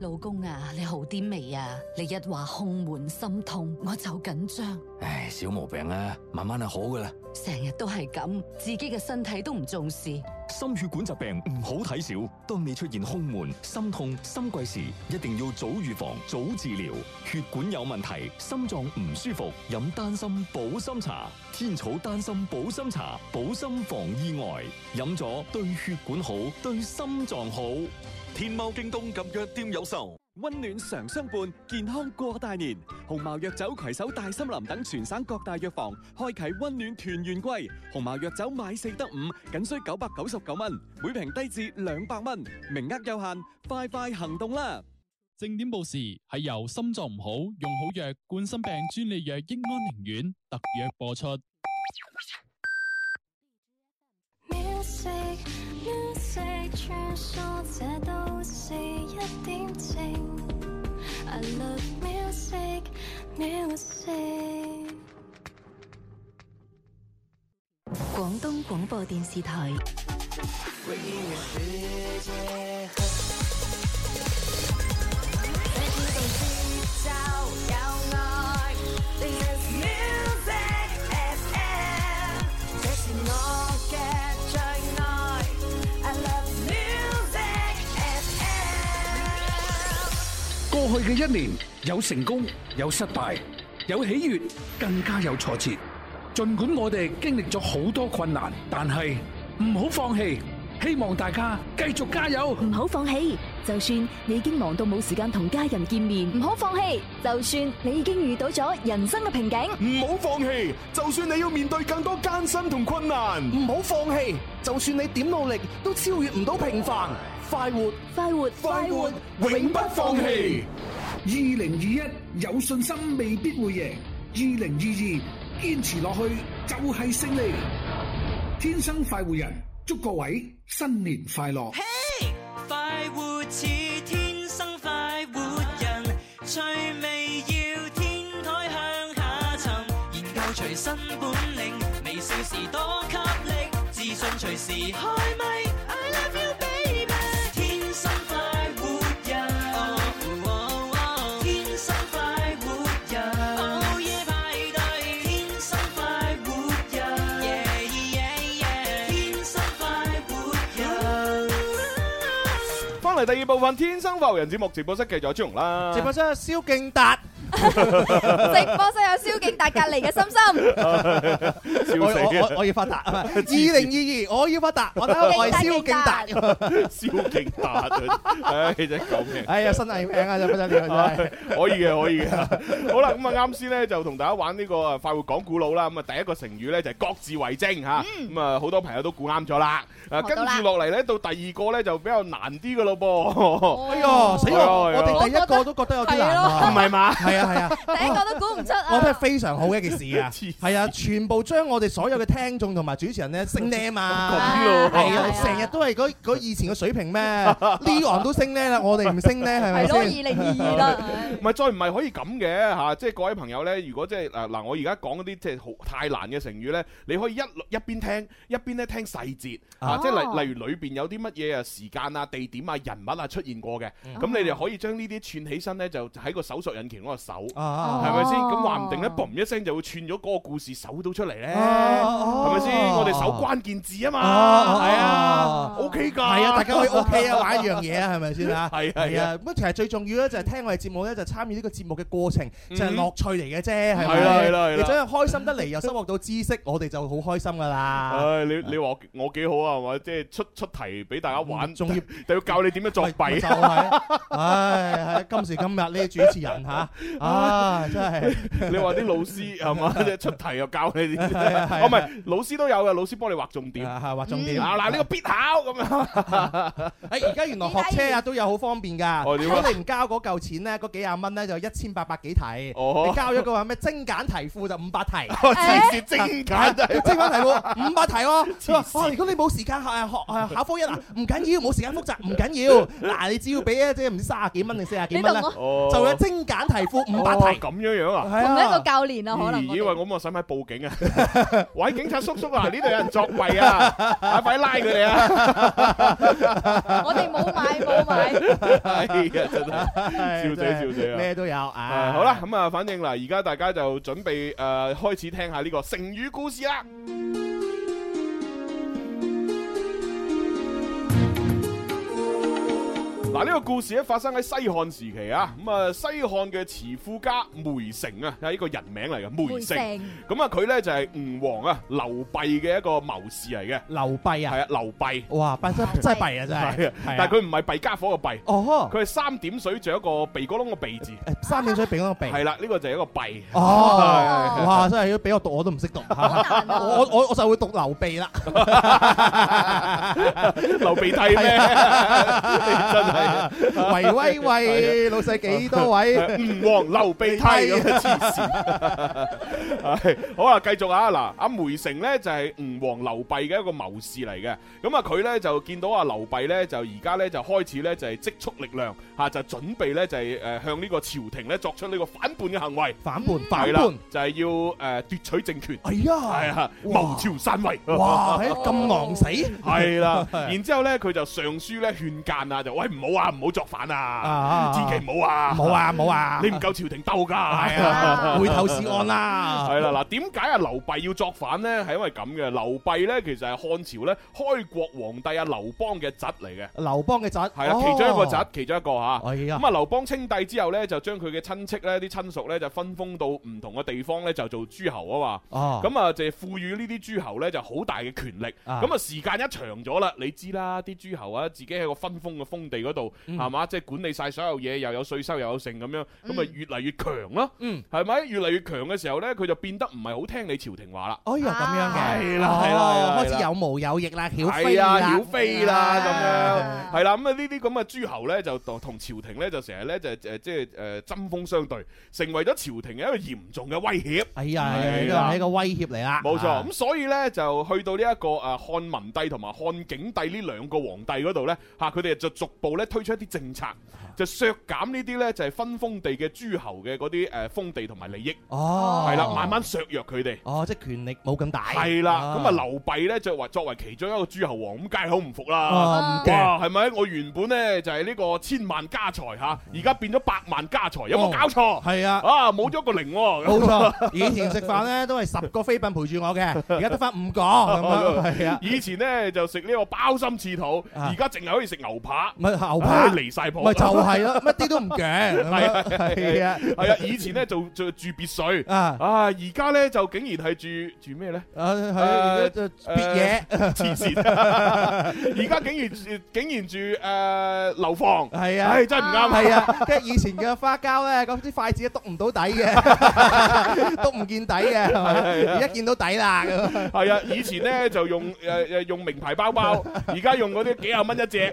老公啊，你好啲未啊？你一話胸悶心痛，我就緊張，
唉，小毛病啊，慢慢就好噶啦。
成日都係咁，自己嘅身體都唔重視。
心血管疾病唔好睇少，當你出現胸悶、心痛、心悸時，一定要早預防、早治療。血管有問題，心臟唔舒服，飲丹參保心茶，天草丹參保心茶，保心防意外，飲咗對血管好，對心臟好。
天貓、京東及藥店有售。
温暖常相伴，健康過大年。紅茅藥酒攜手大森林等全省各大藥房，開啟温暖團圓季。紅茅藥酒買四得五，僅需九百九十九蚊，每瓶低至兩百蚊，名額有限，快快行動啦！
正點報時係由心臟唔好用好藥，冠心病專利藥益安寧丸特約播出。
Music music 穿梭，這都是一點情。I love music music。
广东广播电视台。
就有愛，This is music。
过去嘅一年，有成功，有失败，有喜悦，更加有挫折。尽管我哋经历咗好多困难，但系唔好放弃，希望大家继续加油。
唔好放棄，就算你已經忙到冇時間同家人見面，唔好放棄。就算你已經遇到咗人生嘅瓶頸，
唔好放棄，就算你要面對更多艱辛同困難，唔好放棄，就算你點努力都超越唔到平凡，快活，
快活，
快活，永不放棄。
二零二一有信心未必會贏，二零二二堅持落去就係勝利。天生快活人，祝各位新年快樂！
快活似天生快活人，趣味要天台向下沉，研究隨身本領，微笑時多給力，自信隨時開咪。I love you baby，天生快活人，哦哦哦天生快活人，哦耶派對，天生快活人，耶耶耶，天生快活人。
翻嚟第二部分《天生浮人》節目直播室繼續有朱容啦，
直播室蕭敬達，我我我我要發達， 唔係二零二二我要發達，我睇我係蕭敬 達。
蕭敬達，唉真係救命！
哎呀，新藝名啊，直播室呢個真 係。
可以嘅，可以嘅。 好啦，咁啊，啱先咧就同大家玩呢個啊快活講古佬啦。咁啊，第一個成語咧就係各自為政吓。咁啊，好多朋友都估啱咗啦。啊，
學
跟
到啦
住落嚟咧，到第二個咧就比較難啲嘅咯
哦
噃。
哎呀，死我！
哎呀
我哋第一個都覺得有啲難啊，
唔係嘛
係啊係 啊，
ờ.
我覺得係非常好嘅一件事啊，係啊，全部將我哋所有嘅聽眾同埋主持人咧升呢嘛，
咁咯
À,
係啊，成日都係嗰嗰以前嘅水 平咩？呢行都升呢啦，我哋唔升呢係咪先？
2022啦
唔係，再唔係可以咁嘅嚇，即係各位朋友咧，如果即係誒嗱，我而家講嗰啲即係好太難嘅成語咧，你可以一路一邊聽，一邊咧聽細節啊，
啊
即係例例如裏邊有啲乜嘢啊時間啊、地點啊、人物啊出現過嘅，
嗯
咁你哋可以將呢啲串起身咧，就喺個搜索引擎嗰度搜，
啊
係咪先？咁話唔定咧，嘣一聲就會串咗嗰個故事搜到出嚟
ờ,
咧，係
哦
咪先？我哋搜關鍵字啊嘛，
哦
係啊，OK 㗎，
係啊，大家可以 OK 啊，玩一樣嘢啊，係咪先啊？
係啊
係啊，咁其實最重要咧就係聽我哋節目咧，就參與呢個節目嘅過程，就係
嗯
樂趣嚟嘅啫，係咪？
係啦係啦係啦
你真係開心得嚟，又收穫到知識，我哋就好開心噶啦。
唉，你你話我我幾好啊，係嘛？即係出出題俾大家玩，
嗯仲要
就要教你點樣作 弊。
就 係，唉，係今時今日呢啲主持人嚇，唉，真係。
你話啲老師 係嘛？即係出題又教你啲，
係啊係啊
哦唔係老師都有嘅，老師幫你畫重點，
係畫重點
啊嗱呢個必考咁 樣。
誒哎而家原來學車啊都有好方便㗎，
哦
我
點啊
哋唔交嗰嚿錢咧，嗰幾廿蚊咧就一千八百幾題，
哦
你交咗嘅話咩精簡題庫就五百題，
哦黐線 精簡 題庫
精簡題庫五百題喎。 佢話哦哇如果你冇時間學誒學誒考科一啊，唔緊要，冇時間複習唔緊 要，嗱你只要俾啊即係唔知三十幾蚊定四十幾蚊咧，
你
同我
就有精簡題庫五百題。
哦咁樣樣啊？
係啊
咦，以為我咁我使唔使報警啊？ 喂，警察叔叔啊，呢度有人作 弊啊！啊，快拉佢哋啊！ 係啊，真 係笑死笑死啊！
咩都有
啊
啊！
好啦，咁啊，反正嗱，而家大家就準備誒開始聽下呢個成語故事啦。嗱，呢個故事咧發生喺西漢時期啊，咁啊西漢嘅慈父家梅城啊，係一個人名嚟嘅梅城。咁啊，佢咧就係吳王啊劉濞嘅一個謀士嚟嘅。
劉濞啊，
係啊，劉濞。
哇，真真真係弊啊真
係
係
啊，，但係佢唔係弊家伙嘅弊，
哦，
佢係三點水仲有一個鼻哥窿嘅鼻字。
三點水俾我個鼻。
係啦，呢個就係一個弊。
哦，哇！真係要俾我讀我都唔識 讀，我我我就會讀劉備啦。
流鼻涕咩？
係 啊
真係
喂喂喂，老細幾多 位？
吳王流鼻涕咁樣黐線。係好啊，繼續啊嗱，阿梅城咧就係吳王劉濞嘅一個謀士嚟嘅。咁啊，佢咧就見到阿劉濞咧就而家咧就開始咧就係積蓄力量嚇，就準備咧就係誒向呢個朝廷咧作出呢個反叛嘅行為。
反叛，
係
反
啦
叛！，
就係要誒呃奪取政權。
哎呀，
係啊，
哇
謀朝篡位。
哇，係咁狼死。
系啦，然之后咧，佢就上書咧勸諫啊，就喂唔好好啊，唔好作反啊
啊，
千祈唔好啊，
冇啊冇啊
你唔夠朝廷 鬥㗎，
係啊回頭是岸啦
係啦，嗱，點解啊劉備要作反呢？係因為咁嘅，劉備呢，其實係漢朝呢開國皇帝啊劉邦嘅侄嚟嘅。
劉邦嘅侄
係
係
啦，其中一個侄，其中一個吓。
哎
咁啊，劉邦稱帝之後咧，就將佢嘅親戚咧、啲親屬咧，就分封到唔同嘅地方咧，就做諸侯啊嘛
哦。
咁啊，就係賦予呢啲諸侯咧，就好大嘅權力。
啊
咁啊，時間一長咗啦，你知啦，啲諸侯啊，自己喺個分封嘅封地嗰度，
嗯
係嘛，即係管理晒所有嘢，又有税收，又有剩咁樣，咁啊
嗯
越嚟越強咯。
嗯，
係咪越嚟越強嘅時候咧，佢就變得唔係好聽你朝廷話啦。
哎呀咁樣嘅，
係啦係啦係啦
哦開始有毛有翼啦，曉飛
係啊，
啦，啊
曉飛啦咁樣，係啦咁啊呢啲咁嘅諸侯咧就同同朝廷咧就成日咧就誒即係誒針鋒相對，成為咗朝廷嘅一個嚴重嘅威脅。
哎呀，呢
係
個
啦
係一個威脅嚟啦，
冇
啊
錯，咁所以咧就去到呢一個誒漢文帝同埋漢景帝呢兩個皇帝嗰度咧，嚇佢哋就逐步咧推出一啲政策，
啊
就削減呢啲咧就係分封地嘅諸侯嘅嗰啲誒封地同埋利益。
哦
係啦，慢慢削弱佢哋。
哦，即係權力冇咁大，
係啦，咁啊劉備咧作為作為其中一個諸侯王，咁梗係好唔服啦
啊唔。驚
哇，係咪？我原本咧就係呢個千萬家財吓，而家變咗百萬家財，有冇搞錯？
係啊
啊冇咗個零喎。
冇錯，以前食飯咧都係十個飛奔陪住我嘅，而家得翻五個咁 樣， 係啊，
哦以前咧就食呢個包心刺肚，而家淨係可以食牛扒。
咪牛扒
唉離晒譜，
咪就係咯，乜啲都唔
係
勁，
係
啊
啊，係 啊！以前咧就就住別墅
啊
啊，而家咧就竟然係住住咩 咧？
啊係
誒
而家就別
誒
嘢
黐 線！而家竟然住竟然住誒樓房，
係啊，
唉真係唔啱，
係啊，跟住以前嘅花膠咧，嗰啲筷子都篤唔到底嘅， 篤唔見底嘅，係
係
咪
啊
而家見到底啦咁樣。
係啊，以前咧就用誒誒用名牌 包包，而家用嗰啲幾廿蚊一隻。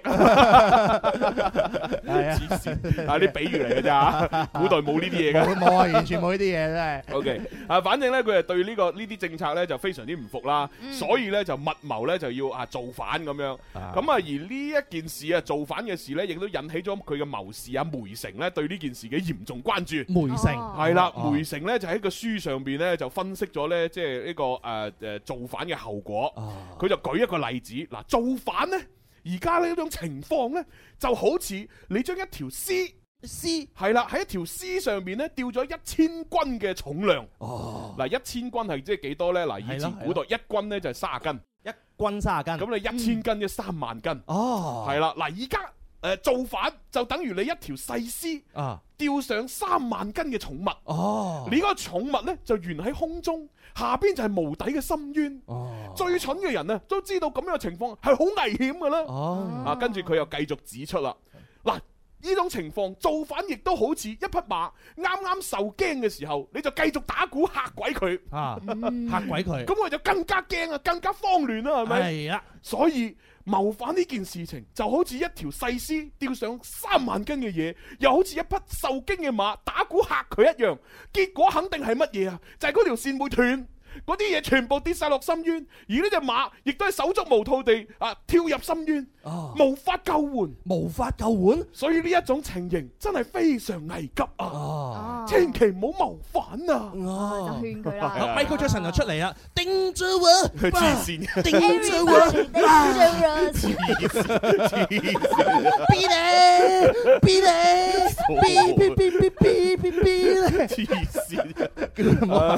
黐線啊！啲比喻嚟 嘅咋，古代冇呢啲嘢
冇
㗎。
冇啊，完全冇呢啲嘢真係。
O K，啊，反正咧佢係對呢個呢啲政策咧就非常之唔服啦，所以咧就密謀咧就要啊造反咁樣。咁啊，而呢一件事啊造反嘅事咧，亦都引起咗佢嘅謀士啊梅成咧對呢件事嘅嚴重關注。
梅城
係啦，
哦
梅成咧就喺個書上邊咧就分析咗咧，即係呢個呃誒誒造反嘅後果。
哦
佢就舉一個例子，嗱造反咧，而家呢種情況咧就好似你將一條絲。
絲
係啦，喺一條絲上邊咧吊咗一千斤嘅重量。哦，嗱一千斤係即係幾多咧？嗱，以前
係咯
古代一斤咧就係三十斤，
一斤三十斤。
咁你一千斤即係三萬斤。
哦
係啦，嗱而家诶造反就等於你一條細絲。
啊，
吊上三萬斤嘅重物，
哦
你嗰個重物呢，就懸喺空中，下邊就係無底嘅深淵。
哦
最蠢嘅人呢，啊都知道咁樣嘅情況係好危險噶
哦
啦。啊，跟住佢又繼續指出啦，嗱。呢種情況造反亦都好似一匹馬啱啱受驚嘅時候，你就繼續打鼓嚇鬼佢，
啊
嗯
嚇鬼佢
咁我就更加驚啊，更加慌亂啦，係咪？
係啦，
所以謀反呢件事情就好似一條細絲吊上三萬斤嘅嘢，又好似一匹受驚嘅馬打鼓嚇佢一樣。結果肯定係乜嘢啊？就係嗰條線會斷。嗰啲嘢全部跌晒落深淵，而呢只馬亦都係手足無套地啊跳入深淵，
哦
無法救援，
無法救援。
所以呢一種情形真係非常危急啊！千祈唔好謀反啊！
哦，
哦就勸佢
啦
有 Michael Jackson 就出嚟啦，盯住我，
佢黐 線嘅
盯住我，逼你，逼 你，逼逼逼逼逼逼逼
黐 線，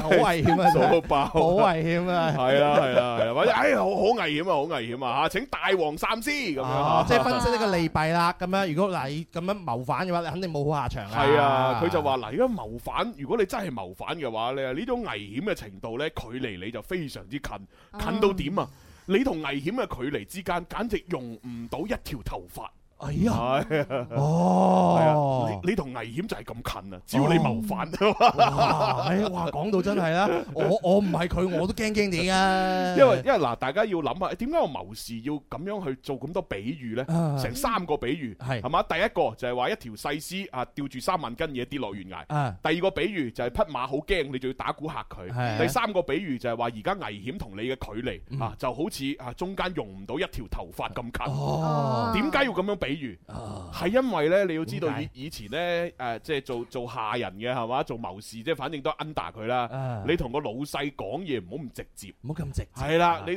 好危險啊！真係
傻爆啊
好危險啊！
係啦係啦係啦，或者哎呀好好危險啊，好危險啊嚇！請大王三思咁樣
哦
啊 嚇，
即係分析呢個利弊啦。咁樣如果嗱你咁樣謀反嘅話，你肯定冇好下場啊。
係啊，佢就話嗱，如果謀反，如果你真係謀反嘅話咧，呢種危險嘅程度咧，距離你就非常之近，近到點啊？你同危險嘅距離之間，簡直用唔到一條頭 髮。
哎呀
係啊，
哦
係啊，你你同危險就係咁近啊！只要你謀反，
哇，哎哇，講到真係啦，我我唔係佢，我都驚驚地啊。
因為因為嗱，大家要諗下，哎點解我謀士要咁樣去做咁多比喻呢？
啊
成三個比喻
係
係嘛？第一個就係話一條細絲啊，吊住三萬斤嘢跌落懸崖
啊。
第二個比喻就係匹馬好驚，你仲要打鼓嚇佢。
係嗯
第三個比喻就係話而家危險同你嘅距離啊，就好似啊中間用唔到一條頭髮咁
哦
近。點解要咁樣比喻？係因為呢，你要知道
點
以以前呢，誒即係做做下人嘅係嘛，做謀士即係反正都 under 佢啦
啊。
你同個老細講嘢唔好咁直接。
唔好咁直接。
係啦，你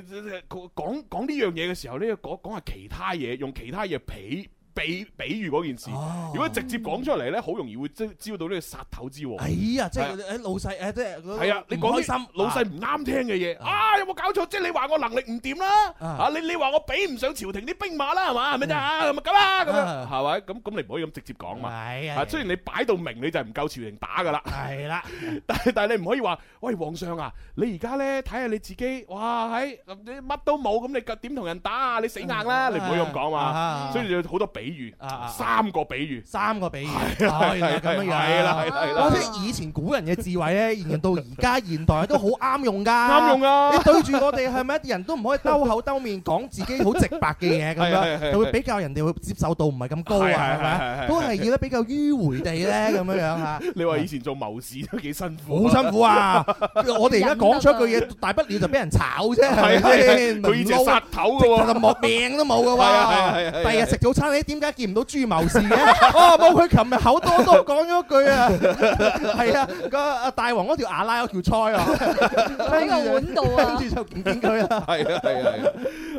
講講呢樣嘢嘅時候咧，講講下其他嘢，用其他嘢比比比喻嗰件
哦
事。如果直接講出嚟咧，好容易會招招到呢個殺頭之禍。
哎呀，即係
係啊
誒老細誒，即係嗰個
係啊，你
唔
講
開心
啲老細唔啱聽嘅嘢啊，有冇搞錯？即係你話我能力唔掂啦，啊你你話我比唔上朝廷啲兵馬啦，係嘛？係咪啫啊？咁啊咁啊咁
啊
樣係咪？咁咁你唔可以咁直接講嘛。
係啊
啊，雖然你擺到明你就係唔夠朝廷打噶啦。
係啦，
但係 但係你唔可以話，喂皇上啊，你而家咧睇下你自己，哇喺你乜都冇，咁你點同人打啊？你死硬啦！你唔可以咁講嘛。
啊
所以就好多比喻，三個比喻，
三個比喻，哦
係
原來
係
咁樣樣，
係啦係啦係啦
我即係以前古人嘅智慧咧，延續到而家現代都好啱用㗎，
啱用啊
你對住我哋係咪一啲人都唔可以兜口兜面講自己好直白嘅嘢咁
係係係
樣，就會比較人哋會接受度唔係咁高啊，
係係
係
係係
咪？
係
都係要咧比較迂回地咧咁樣樣嚇。
你話以前做謀士都幾辛苦，
好辛苦啊！我哋而家講出一句嘢，大不了就俾人炒啫，啊係咪
係係啊
先？
佢以前
唔撈啊
殺頭㗎喎
直頭就莫命都冇㗎
係啊係啊係
喎。
啊係啊
第二日食早餐，你點解見唔到朱謀士嘅？ 哦，冇佢琴日口多多講咗一句啊，係啊，個啊大王嗰條牙拉嗰條菜啊，喺個碗度 啊，跟住就見見佢啦。
係啊係啊係啊，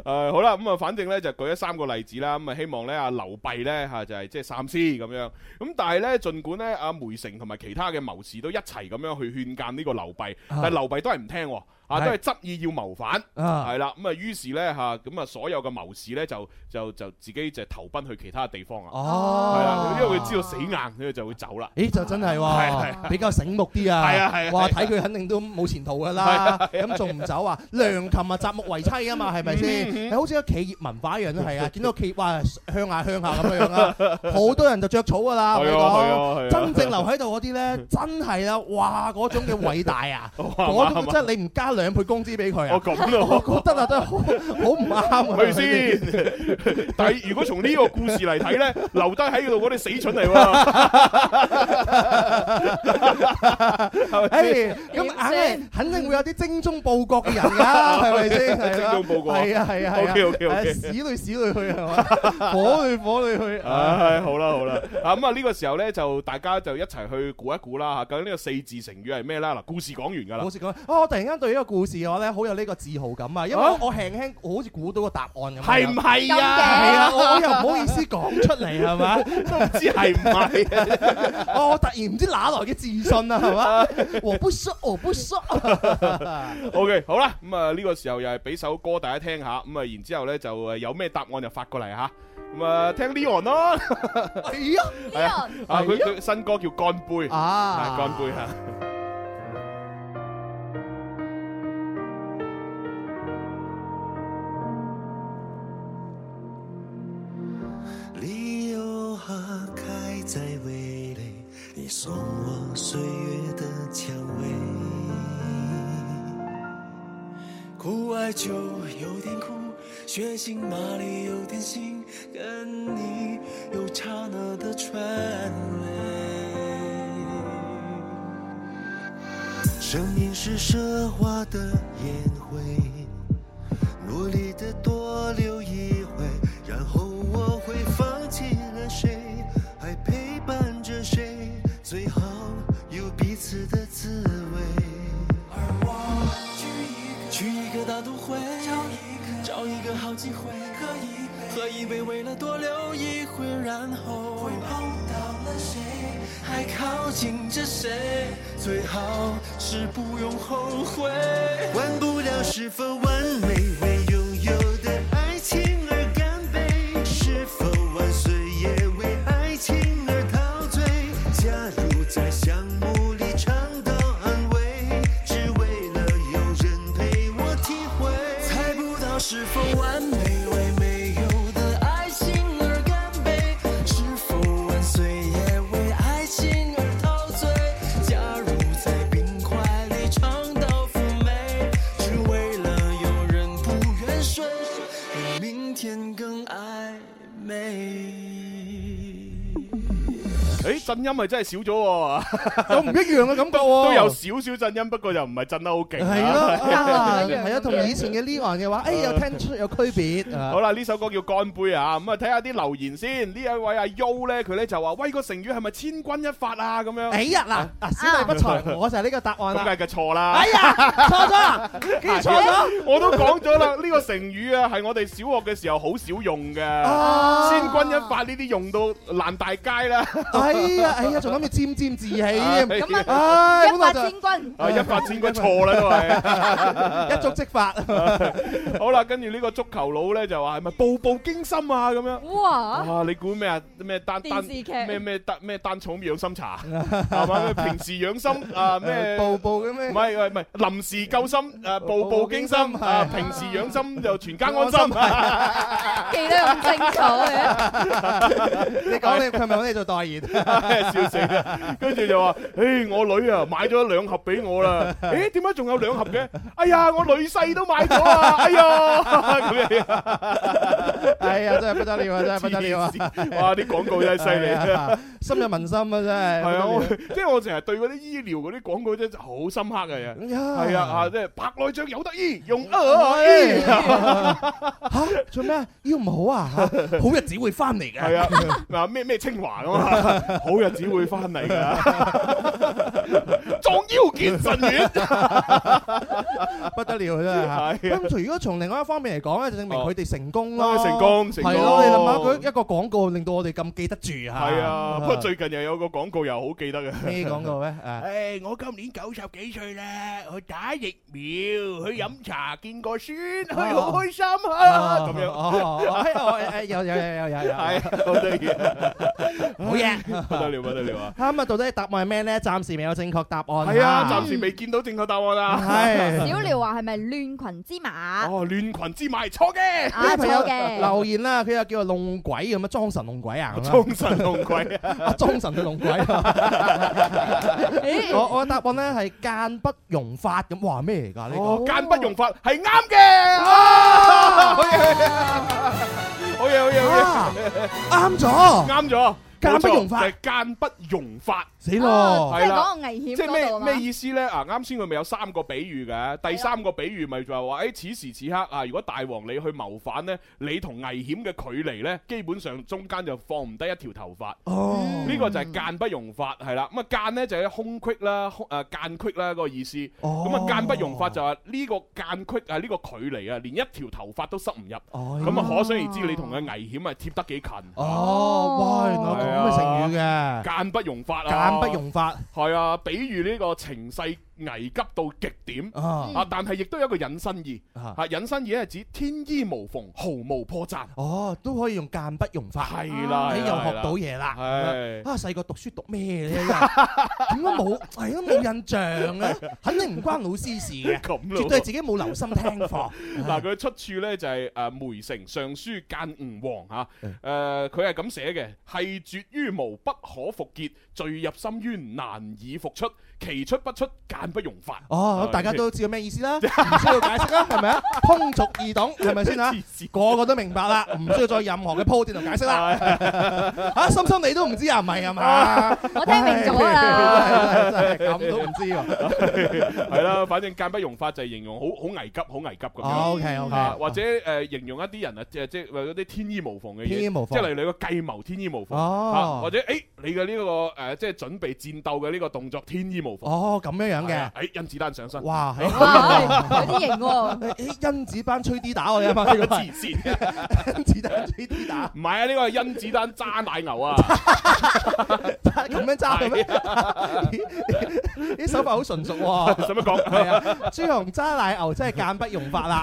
誒好啦，咁啊，反正咧就舉咗三個例子啦，咁啊希望咧阿劉備咧嚇就係即係三思咁樣，咁但係咧儘管咧阿梅成同埋其他嘅謀士都一齊咁樣去勸諫呢個劉備，但係劉備都係唔聽喎。啊，
係
都係執意要謀反，
啊
係啦，咁啊，於是咧嚇，咁啊，所有嘅謀士咧就就就自己就投奔去其他地方啊，
哦
係啦，因為佢知道死硬，佢就會走啦。
咦，就真係
係係係
喎，比較醒目啲啊！
係啊係啊
哇，
係啊
睇佢肯定都冇前途噶
係啊
啦，
係啊嗯
咁仲唔走啊？良禽啊，擇木為妻啊嘛，係咪先？你好似個企業文化一樣都係啊，見到企業哇向下向下咁樣啊， 好多人就着草噶啦。我
係
哋
啊係啊係啊
講真正留喺度嗰啲咧，真係啦，哇嗰種嘅偉大 啊，嗰種真係你唔加兩倍工資俾佢啊！
哦咁咯
我覺得啊，真係好好唔啱啊！
哦係咪先？ 但係如果從呢個故事嚟睇 咧，留低喺度嗰啲死蠢 嚟
誒，
喎。 哎
哎咁硬係肯定會有啲精忠報國嘅人㗎，係咪 先？係啦
嗯精忠報國
係啊係啊係啊 誒
OK，OK，OK
屎嚟屎嚟去係 嘛，火嚟火嚟去。
唉，好啦好啦，啊咁啊呢個時候咧就大家就一齊去估一估啦嚇，究竟呢個四字成語係咩啦？嗱，故事講完㗎啦
好。似講，啊！我突然間對呢個故事嘅話咧，好有呢個自豪感啊，因為
啊
我我輕輕我好似估到個答案咁樣。
係唔係啊
係啊，我我又唔好意思講出嚟係 嘛，哦
都唔知係啊唔 係。
我突然唔知哪來嘅自信啊，係嘛？ 我不說，我不說。
O K，好啦，咁啊呢個時候又係俾首歌大家聽下，咁啊然之後咧就誒有咩答案就發過嚟嚇。咁啊，聽 Leon 咯，
係啊
係啊，啊佢佢新歌叫《乾杯》，
啊
係乾杯嚇。
你又何开在味蕾？你送我岁月的蔷薇，酷爱就有点酷，血腥玛丽有点腥，跟你有刹那的传媒。生命是奢华的宴会，努力的多留一回，然后我会放弃了谁，还陪伴着谁，最好有彼此的滋味。而我去一个大都会，找一个好机会，喝一杯，喝一杯为了多留一会，然后会碰到了谁，还靠近着谁，最好是不用后悔。忘不了是否完美，为拥有的爱情而干杯，是否万岁也为爱情而陶醉？假如在项目里尝到安慰，只为了有人陪我体会，猜不到是否完美，为没有的爱情而干杯，是否万岁也为爱情而陶醉？假如在冰块里尝到妩媚，只为了有人不
诶，震音係真係少咗 喎，
有唔一樣嘅感覺喎
都有少少震音，不過又唔係震得好勁。
係咯， 啊係啊，同以前嘅 Leon 嘅話，誒有聽出有區別啊。
好啦，呢首歌叫《乾杯》啊，咁啊睇下啲留言先。呢一位阿 U 咧，佢咧就話：喂，個成語係咪千鈞一髮啊？咁樣。
哎呀嗱，嗱小弟不才，我就係呢個答案
咁
啦。
梗係錯啦。
哎呀，錯咗啦，竟然錯咗。
我都講咗啦，呢個成語啊，係我哋小學嘅時候好少用嘅。千鈞一髮呢啲用到爛大街啦。
哎呀，哎呀，仲諗住沾沾自喜 添。
咁啊
唉
一髮
千軍
啊，一髮千鈞錯啦都係。
一觸即發。
好啦，跟住呢個足球佬咧就話係咪步步驚心啊？咁樣。
哇！
哇！你估咩啊？咩單單
電視劇
咩咩單咩單草養心茶係嘛？咩平時養心啊 咩？
步步嘅咩？
唔係唔係臨時救心誒，步步驚心啊！平時養心就全家安心。
記得咁清楚嘅。
你講你係咪揾你做代言？
笑死啦！跟住就話：，誒我女啊買咗兩盒俾 我啦，誒點解仲有兩盒嘅？哎呀，我女婿都買咗啊！ 哎呀，咁樣
哎呀，真係不得了啊！真係不得了啊！
哇！啲廣告真 係犀利啊！
深入民心啊！真係。
係啊，
不
我
得了
即係我成日對嗰啲醫療嗰啲廣告真係好深刻嘅嘢，
呀
係啊啊！即係白內障有得醫，用
哎
啊！
嚇做咩？腰唔好 啊！嚇好日子會翻嚟嘅。
係啊， 嗱咩咩清華 啊嘛，好日子會翻 嚟㗎，撞腰健腎 丸。
不得了真 係。
係啊
咁如果從另外一方面嚟講咧，就證
Ờ.
明佢哋成功
啊
咯。
成功成功
係咯，你諗下佢一個廣告令到我哋咁記得住嚇。
係啊，不過最近又有個廣告又好記 得嘅。
咩廣告咧？ 啊
诶，我今年九十幾歲啦，去打疫苗，去飲茶，見過孫，去好開心啊！
哦
咁樣
哦哦哎哦哎哎有有有有有有。
係啊好得意啊，
好嘢
不得了不得了啊！
啱啊！到底答案係咩咧？暫時未有正確答案。
係啊，暫時未見到正確答案啊。
小廖話係咪亂群之馬？
哦，亂群之馬係錯嘅。
啊，錯嘅。
留言啦，佢又叫做弄鬼咁樣，裝神弄鬼啊！咁 樣
裝神弄鬼
啊，裝神去弄鬼。 我
哦
我嘅答案咧係間不容發咁，哇咩嚟㗎呢
哦，
個？
間不容法係啱嘅。啊好嘢好嘢好嘢好
啊啱咗
嘢，啱咗。
哦間不容
法，就係間不容法。
死咯！
哦啊係啦
危險啊
即係咩咩意思咧？啊，啱先佢咪有三個比喻嘅，第
啊
三個比喻咪就係話，誒此時此刻啊，如果大王你去謀反咧，你同危險嘅距離咧，基本上中間就放唔低一條頭髮。
哦，
呢個就係間不容法，係啦。咁啊間咧就係空隙啦，空誒間隙啦嗰個意思。
哦
咁啊間不容法就係呢個間隙啊，呢個距離啊，連一條頭髮都塞唔入。
哦
咁啊，可想而知你同佢危險啊貼得幾近。
哦，哇，原來有咁嘅成語嘅，
間不容法啊！
間不容發。
係啊，比喻呢個情勢危急到極點
啊
啊，但係亦都有一個引申義
啊
啊，引申義咧係指天衣無縫，毫無破綻。
哦，都可以用間不容發。
係啦，
你
係
又
啦
學到嘢啦。
係
啊，細個讀書讀咩咧？真 係點解冇係都冇印象嘅？肯定唔關老師事 嘅，
咁咯
絕對係自己冇留心聽課。
嗱，佢出處咧就係誒梅城上書諫吳王
嗯
嚇，誒佢係咁寫嘅，係絕於無不可復結，墜入深淵難以復出，其出不出，間不容發。
哦，咁大家都知道咩意思啦，唔需要解釋啦，係咪 啊？通俗易懂，係咪先啊？個個都明白啦，唔需要再任何嘅鋪墊同解釋啦。嚇，心心你都唔知啊？唔係啊嘛？
我聽明咗
啦，真係
係
咁都唔知喎。
係啦，反正間不容法就係形容好好危急、好危急咁樣。
哦，OK，OK
啊或者誒形容一啲人啊，即係即係嗰啲天衣無縫嘅嘢，
天衣無縫
即係例如你個計謀天衣無縫，
哦
啊或者誒你嘅呢個呃誒即係準備戰鬥嘅呢個動作天衣無縫。
哦，咁樣樣
係
嘅
啊。誒甄子丹上身。
哇，係
哇
有啲型 喎
誒甄子班吹 D 打我哋啊嘛，呢個係
黐線， 唔係啊，呢個係甄子丹揸奶 牛啊，
咁樣揸嘅咩？ 啲手法好純熟喎。
使乜講？
係啊，朱紅揸奶牛真係間不容發啦。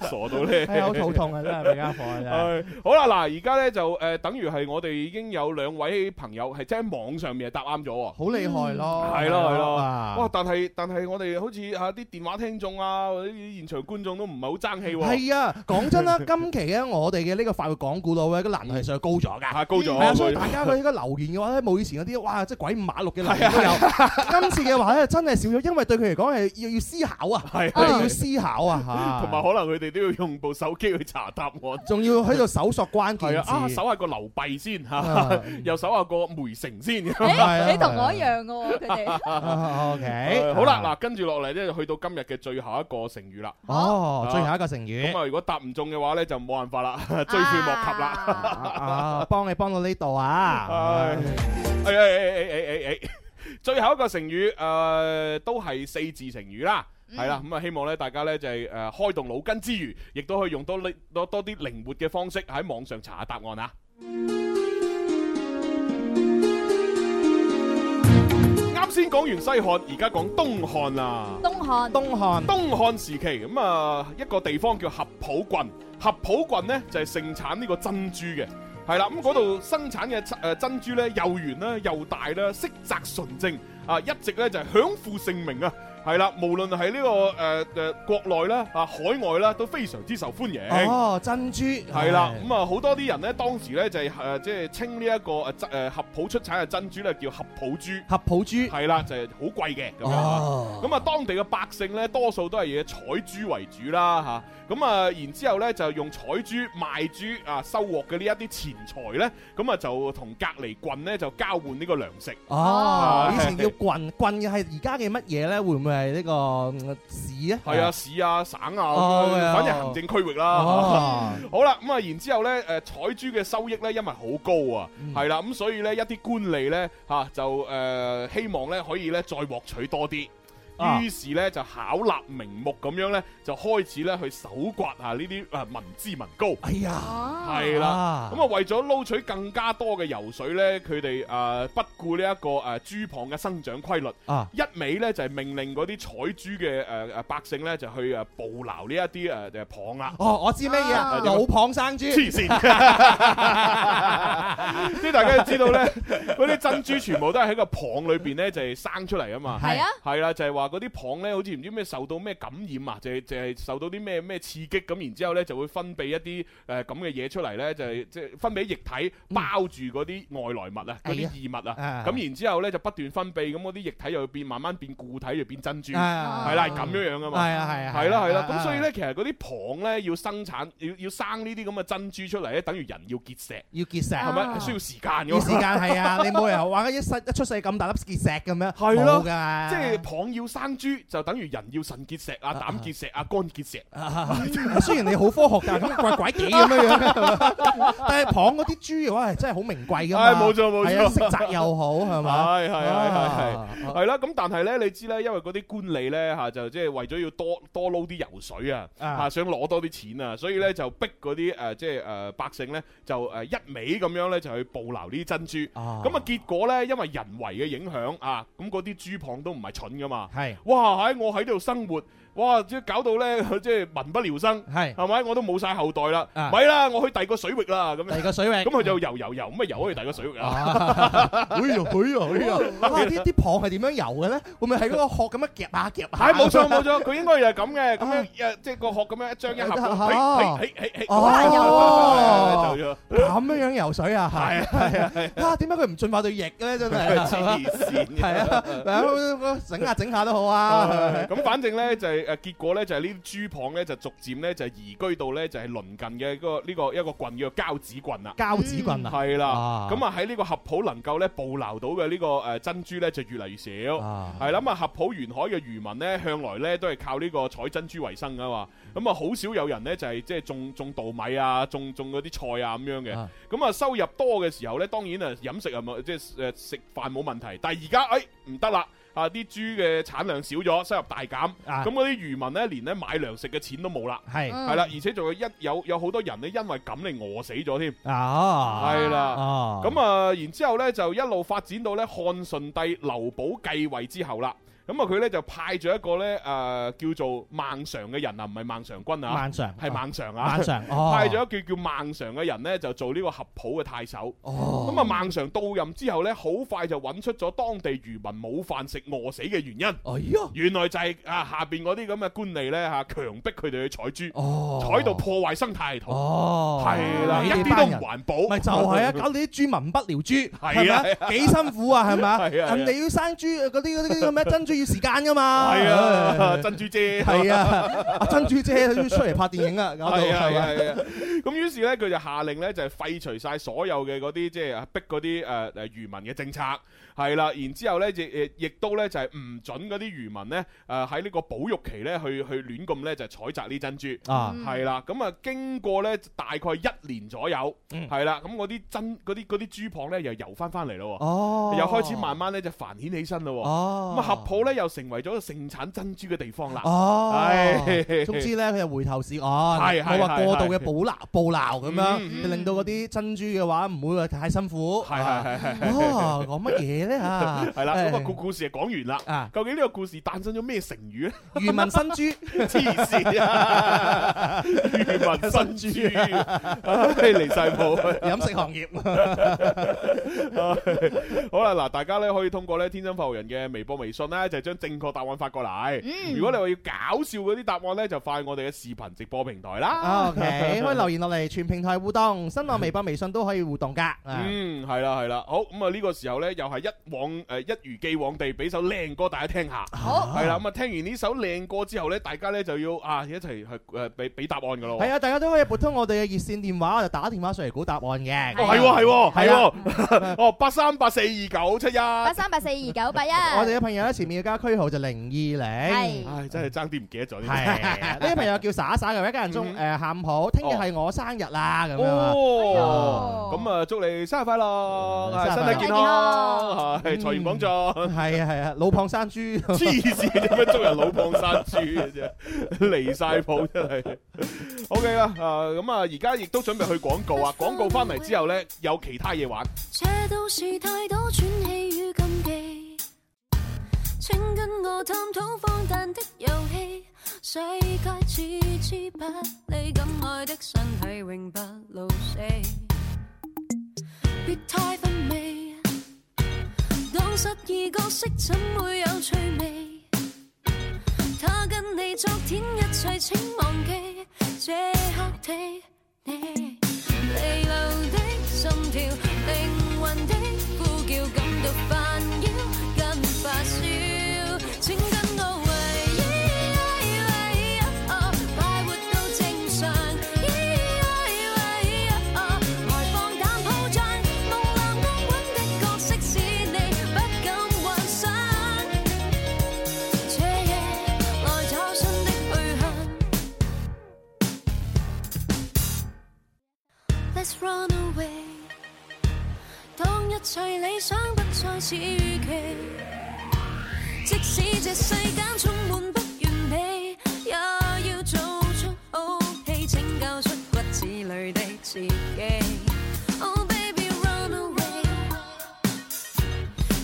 傻到咧，
係啊好肚痛啊真係俾家伙 啊真係
係好啦，嗱，而家咧就誒，等於係我哋已經有兩位朋友係即係喺網上面係答啱咗喎。
好厲害咯！
係咯係咯，
啊
哇！但係但係我哋好似啊啲電話聽眾啊或者啲現場觀眾都唔係好爭氣喎。
係啊，講真啦，今期咧我哋嘅呢個法律講古佬咧個難度係上高咗㗎，
係高咗
係啊，所以
高
大
咗
家佢依家留言嘅話咧，冇以前嗰啲哇，即係鬼五馬六嘅留言都有。今次嘅話咧，真係少咗，因為對佢嚟講係要要思考啊，
係
嗯
我哋要思考啊嚇。
同埋可能佢佢哋都要用部手機去查答案。
仲要喺度搜索關鍵
系啊，啊
字
搜。下個劉備先吓
啊，
又搜下個梅城先。 啊
誒你同我一樣嘅喎，佢哋
OK，
好啦，嗱，跟住落嚟咧，去到今日嘅最後一個成語啦。
哦
啊
最後一個成語
咁啊，如果答唔中嘅話咧，就冇辦法啦， 追悔莫及啦。
啊，幫你幫到呢度啊
唉，哎哎哎哎哎哎 哎，最後一個成語誒都係四字成語啦。係啦，咁啊，希望咧大家咧就係誒開動腦筋之餘，亦都可以用多呢多多啲靈活嘅方式喺網上查下答案啊！啱先講完西漢，而家講東漢啊啦。
東漢，
東漢，
東漢時期咁啊，一個地方叫合浦郡，合浦郡呢就係盛產呢個珍珠嘅。係啦，咁嗰度生產嘅誒珍珠呢，又圓啦，又大啦，色澤純正啊，一直呢就係享負盛名啊！係啦，無論係呢個誒誒、呃國內啦啊海外啦，都非常之受歡迎。
哦，珍珠
係啦，咁啊好多啲人咧，當時咧就係誒即係稱呢一個誒珍誒合浦出產嘅珍珠咧叫合浦珠，
合浦珠
係啦，就係好貴嘅咁樣
哦
啊。咁啊，當地嘅百姓咧，多數都係以採珠為主啦嚇。咁啊，然之後咧就用採珠賣珠啊，收穫嘅呢一啲錢財咧，咁啊就同隔離郡咧就交換呢個糧食。
哦，以前叫棍棍嘅係而家嘅乜嘢咧？會唔會係呢個嗯市啊？
係啊，市啊、省啊，
哦
咁樣反正行政區域 啦。
哦
好啦，咁啊，然之後咧，誒採珠嘅收益咧，因為好高啊，
嗯
係啦，咁所以咧一啲官吏咧嚇就誒希望咧可以咧再獲取多啲。
啊
於是咧就巧立名目咁樣咧，就開始咧去搜刮下呢啲呃誒民脂民膏。哎
呀，
係啦
啊，
咁啊為咗撈取更加多嘅油水咧，佢哋誒不顧呢一個誒豬蚌嘅生長規律，
啊
一味咧就係命令嗰啲採珠嘅誒誒百姓咧就去誒捕撈呢一啲誒誒蚌啦。
哦，我知咩嘢啊？老蚌生珠，
黐線！即係大家要知道咧，嗰啲珍珠全部都係喺個蚌裏邊咧就係生出嚟啊嘛。
係啊
係啦，就係話嗰啲蚌咧，好似唔知咩受到咩感染啊，就係就係受到啲咩咩刺激，咁然之後咧就會分泌一啲誒咁嘅嘢出嚟咧，就係即係分泌液體包住嗰啲外來物啊，嗰啲異物啊
嗯啊，
咁然之後咧就不斷分泌，咁嗰啲液體又會變慢慢變固體，又變珍珠，
啊
係啦，係咁樣樣啊嘛。
係啊係啊
係啦係啦，
啊
咁
啊
所以咧其實嗰啲蚌咧要生產要要生呢啲咁嘅珍珠出嚟咧，等於人要結石。
要結石
係咪需要時間㗎
啊要時間係啊！你冇理由話一世一出世咁大粒結石咁樣，
係咯
冇㗎，
即係蚌要生珠，就等於人要腎結石啊、膽結石啊、肝結石。
啊雖然你好科學，但係咁怪怪地咁樣 樣，但係蚌嗰啲豬嘅話係真係好名貴㗎
唉，
嘛，
冇錯冇
係啊
錯，
色澤又好係嘛，
係係係係
啊
係係啦。咁但係咧，你知咧，因為嗰啲官吏咧嚇，就即係為咗要多多撈啲油水啊，
啊
嚇想攞多啲錢啊，所以咧就逼嗰啲誒即係誒百姓咧就誒一味咁樣咧就去捕撈呢啲珍珠。
啊
咁啊結果咧，因為人為嘅影響啊，咁嗰啲豬蚌都唔係蠢噶嘛。
係
哇！喺我喺度生活，哇！即係搞到咧， 即係民不聊生，
係
係咪？我都冇晒後代啦，
啊
咪啦，我去第二個水域啦，咁樣。第
二個水域，
咁佢就游游游，咁啊游去第二個水 域
啊
啊！
哎呀，哎呀，哎呀！哇！啲啲蚌係點樣游嘅咧？會唔會喺嗰個殼咁樣夾下夾啊 下？
係 冇錯冇錯，佢應該就係咁嘅，咁樣誒即係個殼咁樣一張一 合，
哦
嘿嘿嘿嘿嘿
哦
走咗。
咁樣樣游水啊，係係係啊！點解佢唔進化到翼咧？ 真係
黐線 嘅
係啊！嗱整下整下都好啊！
唉咁反正咧就係誒結果咧就係呢啲豬蚌咧就逐漸咧就係移居到咧就係鄰近嘅嗰個呢個一個郡叫交趾郡啦。
膠子棍啊，
係啦
啊，
咁啊喺呢個合浦能夠咧捕撈到嘅呢個誒珍珠咧就越嚟越少，係啦咁啊合浦沿海嘅漁民咧向來咧都係靠呢個採珍珠為生噶嘛，咁啊好少有人咧就係即係種種稻米啊，種種嗰啲菜啊咁樣嘅，咁啊收入多嘅時候咧，當然啊飲食啊冇即係誒食飯冇問題，但係而家誒唔得啦。啊！啲豬嘅產量少咗，收入大減，
啊嗯
咁嗰啲漁民咧連咧買糧食嘅錢都冇啦，
係
係啊
嗯
啦，而且仲有一有有好多人咧因為咁嚟餓死咗添。
啊，
係啦
啊，
咁啊，然之後咧就一路發展到咧漢順帝劉保繼位之後啦。咁啊，佢咧就派咗一個咧誒、呃叫做孟嘗嘅人啊，唔係孟嘗君啊，
孟嘗
係孟嘗啊，
孟嘗哦
派咗一個叫孟嘗嘅人咧就做呢個合浦嘅太守。
哦
咁啊，孟嘗到任之後咧，好快就揾出咗當地漁民冇飯食餓死嘅原因。
哎
原來就係啊下邊嗰啲咁嘅官吏咧嚇強迫佢哋去採珠，採到破壞生態系統。
哦，
係啦，一啲都唔環保。
咪就係啊！搞你啲豬民不聊豬，
啊
係咪
係啊
幾辛苦啊？係咪
係啊係啊
人哋要生豬嗰啲嗰啲嗰啲咁嘅珍珠要時間噶嘛。
係啊
唉
珍珠姐
係啊，阿珍珠姐要出嚟拍電影啊，搞到
係啊係啊
係
係啊！咁於是咧，佢就下令咧，就係廢除晒所有嘅嗰啲即係呃逼嗰啲誒誒漁民嘅政策，係啦。然之後咧，呃亦亦都咧就係唔準嗰啲漁民咧誒喺呢個保育期咧去去亂咁咧就採摘呢珍珠
啊
係啦。咁啊，經過咧大概一年左右，
嗯
係啦。咁嗰啲珍嗰啲嗰啲珠蚌咧又游翻翻嚟咯喎，
哦
又開始慢慢咧就繁衍起身咯喎。
哦
咁啊，合浦咧又成為咗盛產珍珠嘅地方啦。
哦
係，
總之咧佢係回頭是岸，
係係
冇話過度嘅
係係
捕撈捕撈咁樣
嗯，
令到嗰啲珍珠嘅話唔會話太辛苦。係
係係係
哦，講乜嘢咧嚇？
系啦， 咁啊
唉
故故事就講完啦
啊。
究竟呢個故事誕生咗咩成語咧？
漁民新珠，
黐線啊！漁民新 珠，唉離晒譜。
飲食行業。
好啦，嗱，大家咧可以通過咧天生發號人嘅微博、微信咧，就將正確答案發過嚟。
嗯
如果你話要搞笑嗰啲答案咧，就發去我哋嘅視頻直播平台啦。
O
嗯
K，可以啊留言落嚟，全平台互動，新浪微博、微信都可以互動噶。啊
嗯，係啦，係啦，好咁啊！呢個時候呢，又係一往誒、呃一如既往地俾首靚歌大家聽下。
好
係啦，咁啊聽完呢首靚歌之後呢，大家呢就要啊一齊去誒俾俾答案㗎咯。
係啊，大家都可以撥通我哋嘅熱線電話，就打電話上嚟估答案嘅。
哦，係喎，係喎，係
啊
喎， 哦，八三八四二九七一，
八三八四二九八一，
我哋嘅朋友咧前面要加區號就零二零。
唉，真係爭啲唔記得 咗呢
係呢啲朋友叫耍耍嘅，一家人中
嗯
誒喊好，聽日係我生日啦咁樣啊。
哦，咁啊，祝你生日快樂，係身體健康， 係財源廣進。
係啊係啊，老蚌生豬。
黐線，點解捉人老蚌生豬嘅啫？ 離晒譜真係。OK 啦，啊咁啊，而家亦都準備去廣告啊！廣告翻嚟之後呢，有其他嘢玩。
这都是太多喘氣與禁忌。請跟我探討荒誕的遊戲，世界置之不理，敢愛的身體永不老死。別太乏味，當失意角色怎會有趣味？他跟你昨天一切請忘記，這刻的你。離流的心跳，靈魂的呼叫，感到煩擾，更發燒。請跟我圍依依依哦，快活到正常。依依依哦，來放膽鋪張，夢幻安穩的角色使你不敢幻想。這夜來找新的去向。Let's run away。當一切理想不再似預期，即使這世間充滿不完美，也要做出好戲，拯救出骨子裏的自己。Oh baby run away，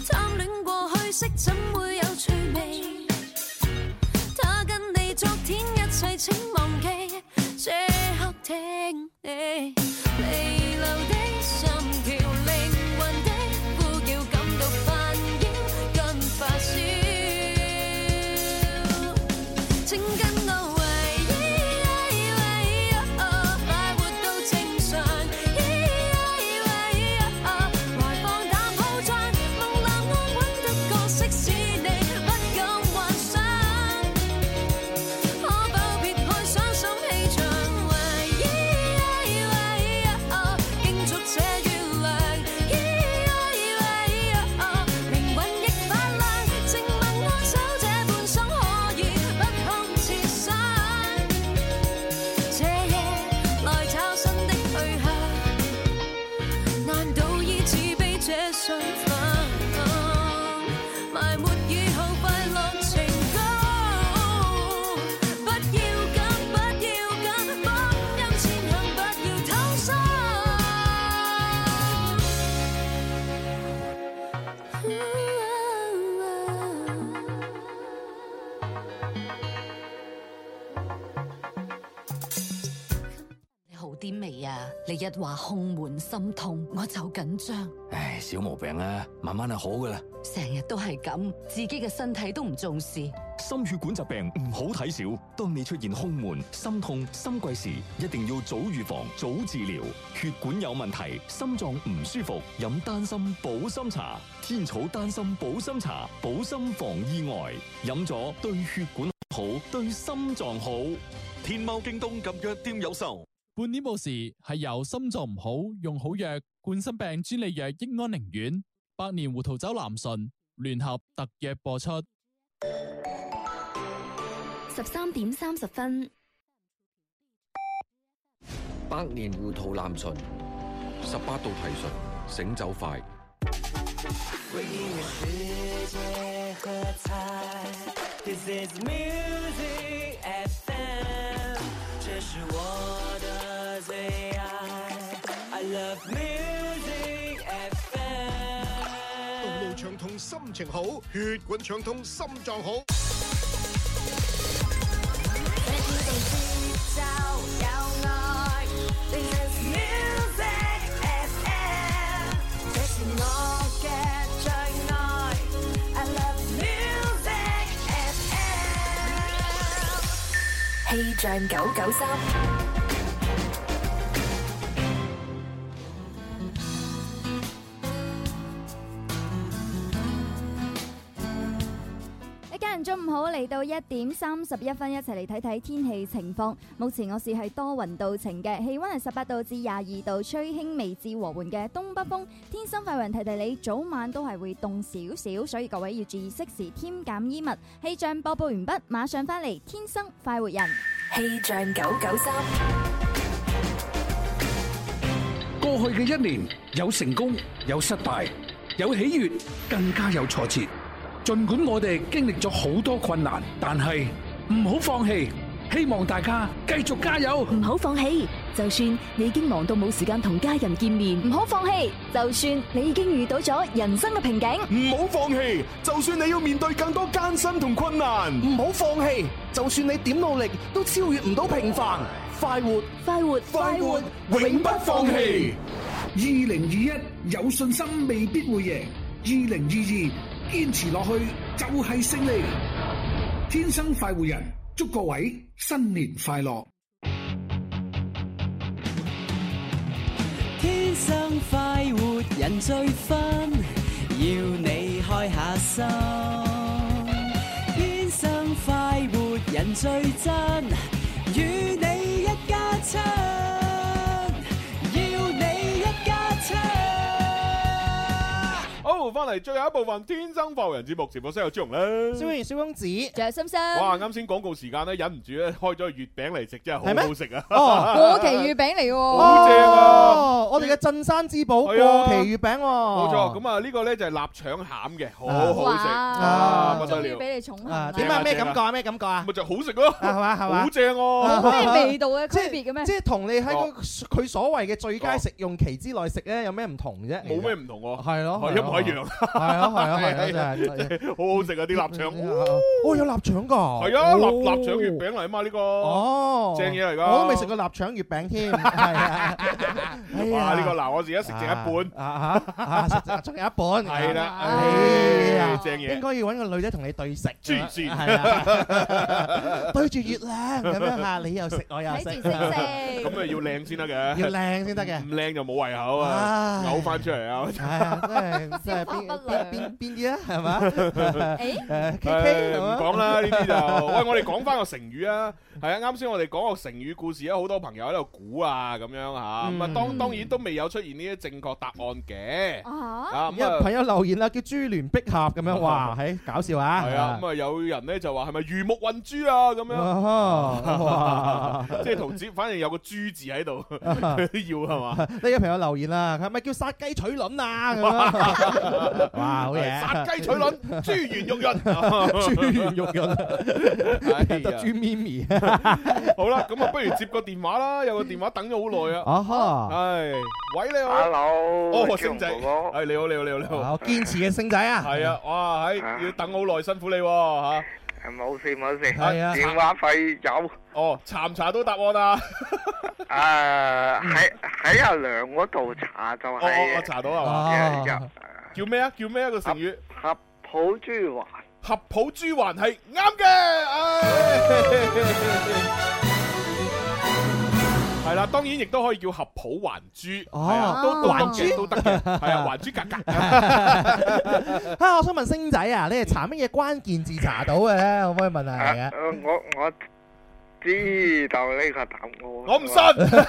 貪戀過去式怎會有趣味？他跟你昨天一切，請忘記，這刻聽你。離流的心跳，靈魂的呼叫，感到煩擾，更發燒。請跟我圍依依依哦，快活到正常。依依依哦，來放膽鋪張，夢幻安穩的角色使你不敢幻想。可否別去想心氣場？喂依依喂哦，競逐這月亮。依依喂哦，命運亦發亮，靜默安守這半生可以不堪設想。這夜來找新的去向，難道以自卑這身份？埋沒以後快樂情歌，不要緊，不要緊，光陰前行，不要偷生。à,
你好啲未啊？你你一話胸悶心痛，我就緊張，
唉，小毛病啊，慢慢就好噶啦。
成日都係咁，自己嘅身體都唔重視。
心血管疾病唔好睇少，當你出現胸悶、心痛、心悸時，一定要早預防、早治療。血管有問題，心臟唔舒服，飲丹參保心茶，天草丹參保心茶，保心防意外，飲咗對血管好，對心臟好。
天貓、京東及藥店有售。
半年報時係由心臟唔好用好藥，冠心病專利藥益安寧丸、百年胡桃酒南醇聯合特約播出。
十三点三十分，
百年糊塗南醇，十八度提醇，醒酒快。
为音乐世界喝彩。This is music FM，这是我的最爱。I love music FM。
路路畅通，心情好，血管畅通，心脏好。
就有愛，This is music FM，這是我嘅最愛，I love music FM。
气象九九三，
一家人中午好，嚟到一點三十一分，一齊嚟睇睇天氣情況。目前我市係多雲到晴嘅，氣温係十八度至廿二度，吹輕微至和緩嘅東北風。天生快活人提提你，早晚都係會凍少少，所以各位要注意適時添減衣物。氣象播報完畢，馬上翻嚟，天生快活人。
气象九九三，
过去嘅一年，有成功，有失敗，有喜悦，更加有挫折。儘管我哋經歷咗好多困難，但係唔好放棄，希望大家繼續加油。
唔好放棄，就算你已經忙到冇時間同家人見面，唔好放棄，就算你已經遇到咗人生嘅瓶頸，
唔好放棄，就算你要面對更多艱辛同困難，唔好放棄，就算你點努力都超越唔到平凡。快活，
快活，
快活，永不放棄。
二零二一有信心未必會贏，二零二二堅持落去就係勝利。天生快活人，祝各位新年快樂！
天生快活人最 fun，要你開下心。天生快活人最真，與你一家親，要你一家親。
好，翻嚟最後一部分《天生浮人》節目，直播室有朱容啦。
蕭炎、蕭公 子，
仲有心心。
哇！啱先廣告時間咧，忍唔住咧開咗個月餅嚟食，真係
係咩
好好食啊！
哦
過期月餅嚟喎，
好正啊
哦我哋嘅鎮山之寶過
係啊
期月餅喎，
冇
冇
錯，咁啊呢個咧就係臘腸餡嘅，好好食
哇
啊，嗯不得
終於
了。
俾你寵幸
啊
啦。
點啊？咩感覺啊？咩感覺啊？
咪就好食咯，
係嘛係嘛，
好正
啊
哦。
咩味道嘅區別嘅咩？
即係同你喺嗰佢所謂嘅最佳食用期之內食咧，有咩唔同啫？
哦冇咩唔同喎，
係咯，
係一模一樣，
係啊係啊係啊， 真係。
真係好好食啊！啲臘腸，
哦，有臘腸噶，
係啊，臘
哦
臘腸月餅嚟啊嘛，呢個
哦，
正嘢嚟㗎
我都未食過臘腸月餅 添，係啊，哎呀
哇！呢個嗱，我而家食剩一半，
啊嚇啊，食剩仲有一半，
係啦
哎呀，
正嘢
應該要揾個女仔同你對食，
黐線
係啊， 對住月亮咁樣 嚇，你又食我又食，
咁啊要靚先得 嘅，
要靚先得嘅
唔靚就冇胃口啊，
唉
嘔翻出嚟啊！
係啊，真係真係 邊邊邊邊啲啊，係 嘛？誒 K
唉
K
唔講啦，呢 啲就喂，我哋講翻個成語啊，係啊，啱先我哋講個成語故事啊，好多朋友喺度估啊，咁樣吓，咁啊
嗯
當當然都未有出現呢啲正確答案嘅，啊
有朋友留言啦，叫珠聯璧合咁樣， 哇，係搞笑啊！
係啊，咁啊有人咧就話係咪魚目混珠啊咁樣，
啊
即係同子，反正有個珠字 喺度，要
哈
係嘛？
呢個朋友留言啦，佢係咪叫殺雞取卵啊？咁樣 哇，好嘢！
殺雞取 卵，珠圓玉潤，
珠圓玉潤，
哎呀
啊豬咪咪啊
好啦，咁啊不如接個電話啦，有個電話等咗好耐啊。
啊哈！
唉，喂你好，Hello，哦星仔，唉
Ờ.
你好你好你好你好，
堅持嘅星仔啊，
Ờ, 係啊，哇，唉要等好耐，辛苦你喎吓，
冇事冇事，
係啊
電話費有。
哦，查唔查到答案啊？
啊，喺喺阿梁嗰度查就
我我
係
我查到
Ờ.
係
哦
啊有
嘛？叫咩啊？叫咩一個成語？合
抱珠環。
合抱珠環係啱嘅， 唉係啦，當然亦都可以叫合抱還珠，係啊，都都得
還珠
嘅都得嘅，係啊，還珠格格。
啊，我想問星仔啊，你係查乜嘢關鍵字查到嘅咧？可唔可以問下你啊？
呃我我知道呢個答案。我
我唔信，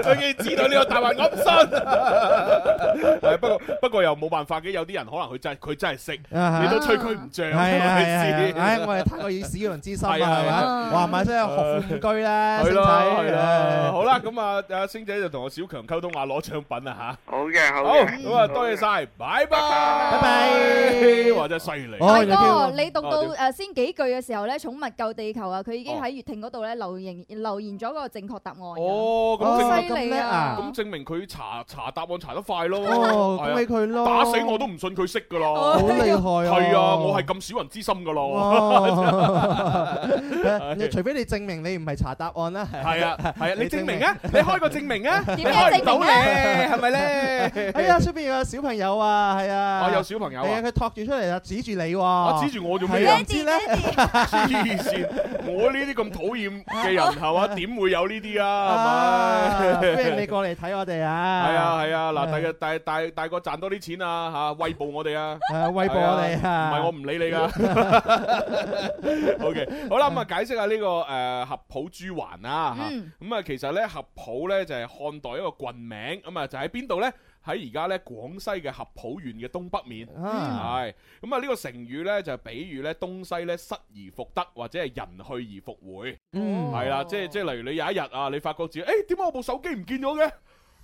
佢既然知道呢個答案，我唔信。 係不過不過又冇辦法嘅，有啲人可能佢真係佢真係識，
啊
你都吹佢唔漲，
係啊
係咪
係
先
啊，唉，我係太過以史量之心啊，
係啊
係
係
咪？
啊
哇，咪真係學富五居啦，
係
星
咯，
仔，
係
唉
咯，好啦，咁啊，阿星仔就同阿小強溝通話攞獎品啦吓。
好嘅，
好
好
嘅，
嘅
咁啊，多謝晒，拜拜，拜
拜，
哇，真係犀利。
哦
大哥，你讀到
哦點
誒先幾句嘅時候咧，寵物救地球啊，佢已經喺月婷嗰度咧留言留言咗個正確答案㗎。
哦，咁證
好犀利啊！
咁證明佢查查答案查得快咯。
哦
係啊
恭喜佢咯
打死我都唔信佢識噶啦。
好厲害啊
係啊，我係咁小人之心噶
哇
啦。
除非 你證明你唔係查答案啦，
係啊，係啊，你證明啊，你開個證明啊，你
點樣
開唔到
證明啊
你係咪 咧？
哎呀，出邊有小朋友啊，係啊，
啊有小朋友啊
係啊，佢托住出嚟啊，指住你
啊！
喎，
指住我做咩
係啊
啊
唔？知咧，
黐線！我呢啲咁討厭嘅人係 嘛？點會有呢啲啊？
啊
係
不
咪
如？你過嚟睇我哋啊，
係啊係啊，嗱，
係
大個大大大個賺多啲錢啊吓，喂哺我哋啊，
係啊喂哺我哋啊
唔係我唔理你 噶。OK，好啦，咁啊解釋下呢個诶合抱珠環啦
嗯
吓，咁啊其實咧合抱咧就係漢代一個郡名，咁啊就喺邊度咧？喺而家咧廣西嘅合浦縣嘅東北
嗯
面，
啊
係咁啊呢個成語咧就係比喻咧東西咧失而復得，或者係人去而復回，
哦
嗯
係啦，即係即係例如你有一日啊，你發覺自己誒點解我部手機唔見咗嘅？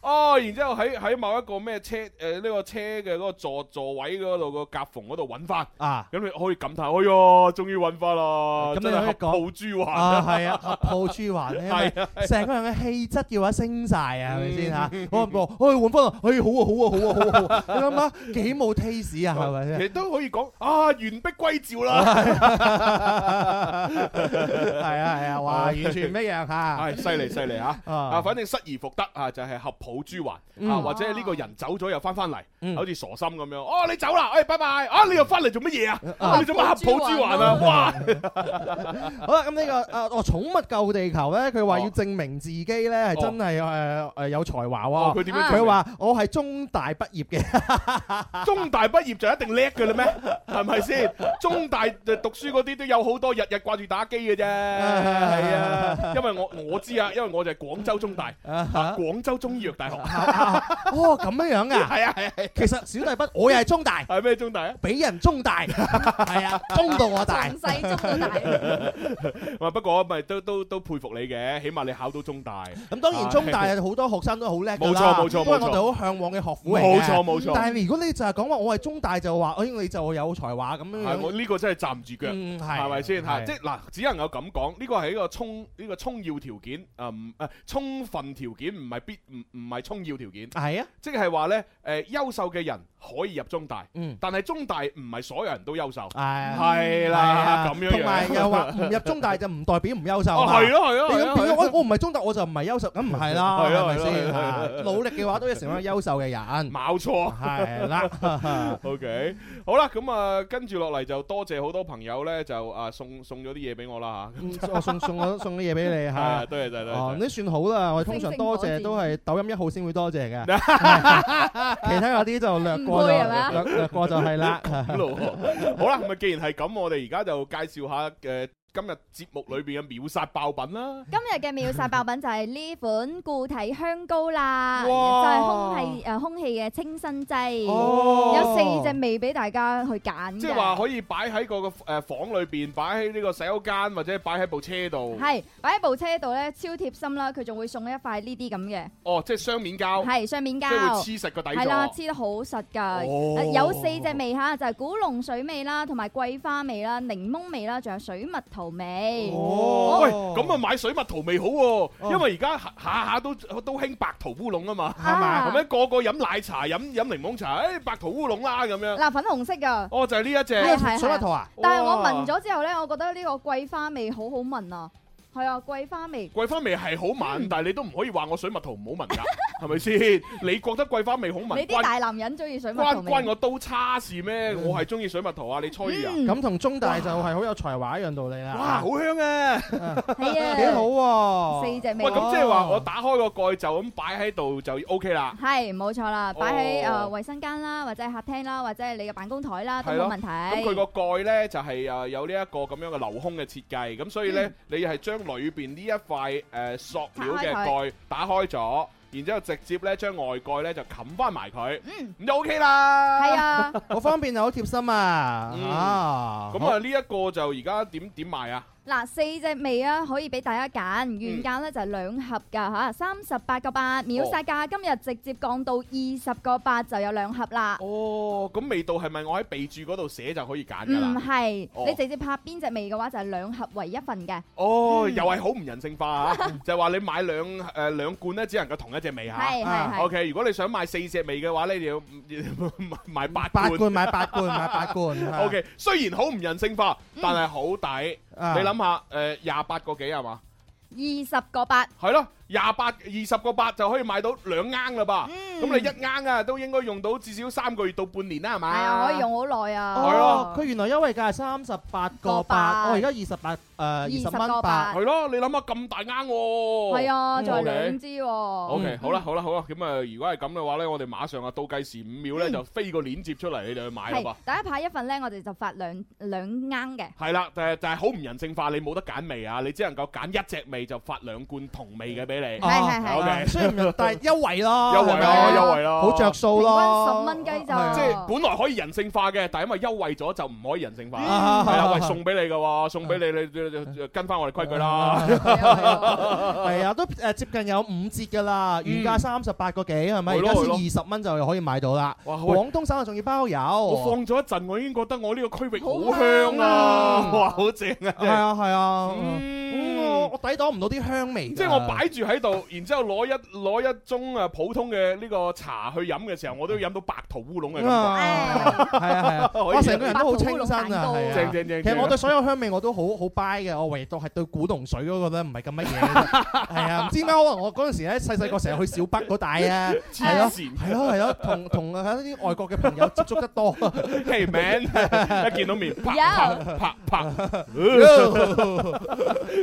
哦，然之後喺喺某一個咩車誒呢、個車嘅嗰個座座位嗰度個夾縫嗰度揾翻
啊，
咁你可以感嘆，哎呀，終於揾翻啦，
咁
真
你
係
可以
合
講
抱珠環
啊，係啊，合抱珠 環咧，因為
係啊
成個人嘅氣質嘅話升晒啊，係咪先嚇？我唔覺，哎換翻啊，哎好啊好啊好 啊好啊好啊，你諗下幾冇 taste 啊，係咪
其
先？
實都可以講啊，完璧歸趙 啦，係
係啊係啊哇完全唔一樣嚇
係犀利犀利嚇，
啊
啊，反正失而復得啊，就係合抱珠環
嗯
啊，或者呢個人走咗又翻翻嚟，
嗯
好似傻心咁樣，哦你走啦，哎拜拜，啊你又翻嚟做乜嘢啊？啊你做乜合抱珠環啊？哇！
好啦，咁呢個啊，哦，寵物救地球咧，佢話要證明自己咧係真係誒誒有才華
哦
喎。
佢點樣證明
佢話我係中大畢業 嘅，
中大畢業就一定叻嘅啦咩？係咪先？中大就讀書嗰啲都有好多日日掛住打機嘅啫，係啊，因為我我知啊，因為我就係廣州中大，啊廣州中醫藥大學，
哦咁樣樣啊，
係啊係啊係啊
其實小弟畢我又係中大，
係咩中大啊？
俾人中 大，係啊，中到我大，
細中到大。
哇不過咪都都都佩服你嘅，起碼你考到中大。
咁當然中大好多學生都好叻㗎
冇
啦，
錯冇錯
因為我
冇
哋
錯。
好向往嘅學府嚟嘅
冇錯冇錯
但係如果你就係講話我係中大就話，哎你就有才華咁樣
係我
樣，
呢個真係站唔住腳，
嗯係
係咪先嚇？
係
即係嗱，只能夠咁講，呢個係一個充呢個充要條件，啊唔誒充分條件，唔係必唔唔係充要條件。
係啊，
即係話呢，誒優秀嘅人可以入中大
嗯，
但係中大唔係所有人都優秀，
係
係
係啊
啦咁樣樣。
同埋又話唔入中大就唔代表唔優秀
哦
嘛
係咯係咯
你
係
咁
咯
變
係
咗
咯
我我唔係中大我就唔係優秀，咁唔係啦，
係咯
係咪
係
先
咯係咯
嚇？努力嘅話都要成為一個優秀嘅 人，
冇錯，
係 啦。
OK，好啦，咁啊，跟住落嚟就多謝好多朋友呢，就啊送送咗啲嘢俾我啦
嗯我送送咗送啲嘢俾你
嚇。係
嚇
啊，。多謝晒，多謝
哦，
晒
呢算好啦，我哋通常多
星
謝
星
都係抖音一號先會多謝 嘅，
其
其他有啲就略過就
唔配係咪
略略過就係啦。
咁咯喎好啦，咁啊，既然係咁，我哋而家就介紹下誒今日節目裏邊嘅秒殺爆品啦。
今日嘅秒殺爆品就係呢款固體香膏啦，就
哇
係空氣誒空氣嘅清新劑，
哦
有四隻味俾大家去揀
即係話
嘅。
可以擺喺個誒房裏邊，擺喺呢個洗手間或者擺喺部車度。
係擺喺部車度咧，超貼心啦！佢仲會送一塊呢啲咁嘅，
哦，即係雙面膠。
係雙面膠
即係會黐實個底座。
係啦，黐得好實㗎。
哦
誒有四隻味嚇，就係古龍水味啦，同埋桂花味啦、檸檬味啦，仲有水蜜桃桃味。
哦，喂，咁啊買水蜜桃味好喎，因為而家下下下都都興白桃烏龍啊嘛，係
嘛
係咪個個飲奶茶、飲飲檸檬茶，誒白桃烏龍啦咁樣。
嗱，粉紅色㗎。
哦，就係呢一隻。
係係但係我聞咗之後咧，我覺得呢個桂花味好好聞啊！係啊，桂花味。
桂花味係好
嗯
聞，但係你都唔可以話我水蜜桃唔好 聞㗎，係咪先？你覺得桂花味好聞，
你啲
關
大男人中意水蜜桃
關
味。嗯
關我刀叉事咩？我係中意水蜜桃啊，你吹啊！
咁同中大就係好有才華一樣道理啦。
哇，好香啊！
係啊，
幾好喎！
四隻味。
喂，咁即係話我打開個蓋就咁擺喺度就 O K 啦。
係冇錯啦，擺喺
哦
誒衞生間啦，或者係客廳啦，或者係你嘅辦公台啦，都
係咯
冇問題。
咁佢個蓋咧就係誒有呢一個咁樣嘅留空嘅設計，咁所以
嗯
咧你係將裏邊呢一塊誒塑料
拆
嘅
開佢
蓋打開咗，然之後直接咧將外蓋咧就冚翻埋佢，
嗯，
咁就 OK 啦。
係啊。
好方便又好貼心啊！
嗯
啊，
咁啊呢一個就而家點點賣啊？
嗱，四隻味啊，可以俾大家
嗯
揀，原價咧就係兩盒㗎吓，三十八個八，秒殺
哦
價今日直接降到二十個八就有兩盒啦。
哦，咁味道係咪我喺備註嗰度寫就可以揀㗎
唔
啦？
嗯係，
哦
你直接拍邊隻味嘅話就係兩盒為一份嘅。
哦，又係好唔人性化啊！就係話你買兩誒兩罐咧，只能夠同一隻味嚇。
係係
啊
係
OK，如果你想買四隻味嘅話咧，你要買八
八罐買八罐買 八罐。係
O K，雖然好唔人性化，但係好抵。
啊
你諗下，誒廿八個幾係嘛？
二十個八，
係咯，廿八二十個八就可以買到兩盎啦吧？咁你一盎啊，都應該用到至少三個月到半年啦，係
係
嘛？
啊，可以用好耐啊。
係咯
哦，佢原來優惠價係三十八個
個八
八，我而家二十八誒啊二十
20個
蚊
八
八
係。咯，你諗下咁大盎喎。
係啊，仲有
哦 OK
兩支喎。
O K，
OK，
好啦，好啦，好啦，咁啊，如果係咁嘅話咧，我哋馬上啊倒計時五秒咧，就飛個鏈接出嚟，你哋去買啦
係
噃。
大家派一份咧，我哋就發兩兩啱嘅。
係啦，但係但係好唔人性化，你冇得揀味啊，你只能夠揀一隻味就發兩罐同味嘅俾你。
係係
係
O K，
雖然唔 人但係優惠咯，
優惠咯
係咪
優惠咯
好着數咯，
平均十蚊雞
係
就
啊
即係本來可以人性化嘅，但係因為優惠咗就唔可以人性化。
嗯
係啦，喂，送俾你嘅喎，送俾你，你你你跟翻我哋規矩啦。
啊
係啊，都誒接近有五折㗎啦，原價三十八個幾係咪？
係
而家
咯係咯
先二十蚊就可以買到啦。
哇喂
廣東省啊仲要包
我
郵，
放咗一陣，我已經覺得我呢個區域好香啊！哇，好正啊！真
係
係
啊係啊，嗯我我抵擋唔到啲香味㗎。
即係我擺住喺度，然之後攞一攞一盅啊普通嘅呢個茶去飲嘅時候，我都要飲到白桃烏龍嘅
啊
感
係啊係啊，
可以
哇成個人都好清新啊，係啊
正正正
其實我對
正
所有香味我都好好 buy 嘅，我唯獨係對古龍水嗰個咧唔係咁乜 嘢嘅啫。係啊，唔知點解可能我嗰陣時咧細細個成日去小北嗰帶啊，
黐
係咯
線
係 咯係咯，同同喺啲外國嘅朋友接觸得多。
覺。Hey man，一 見到面，啪
有
啪啪啪，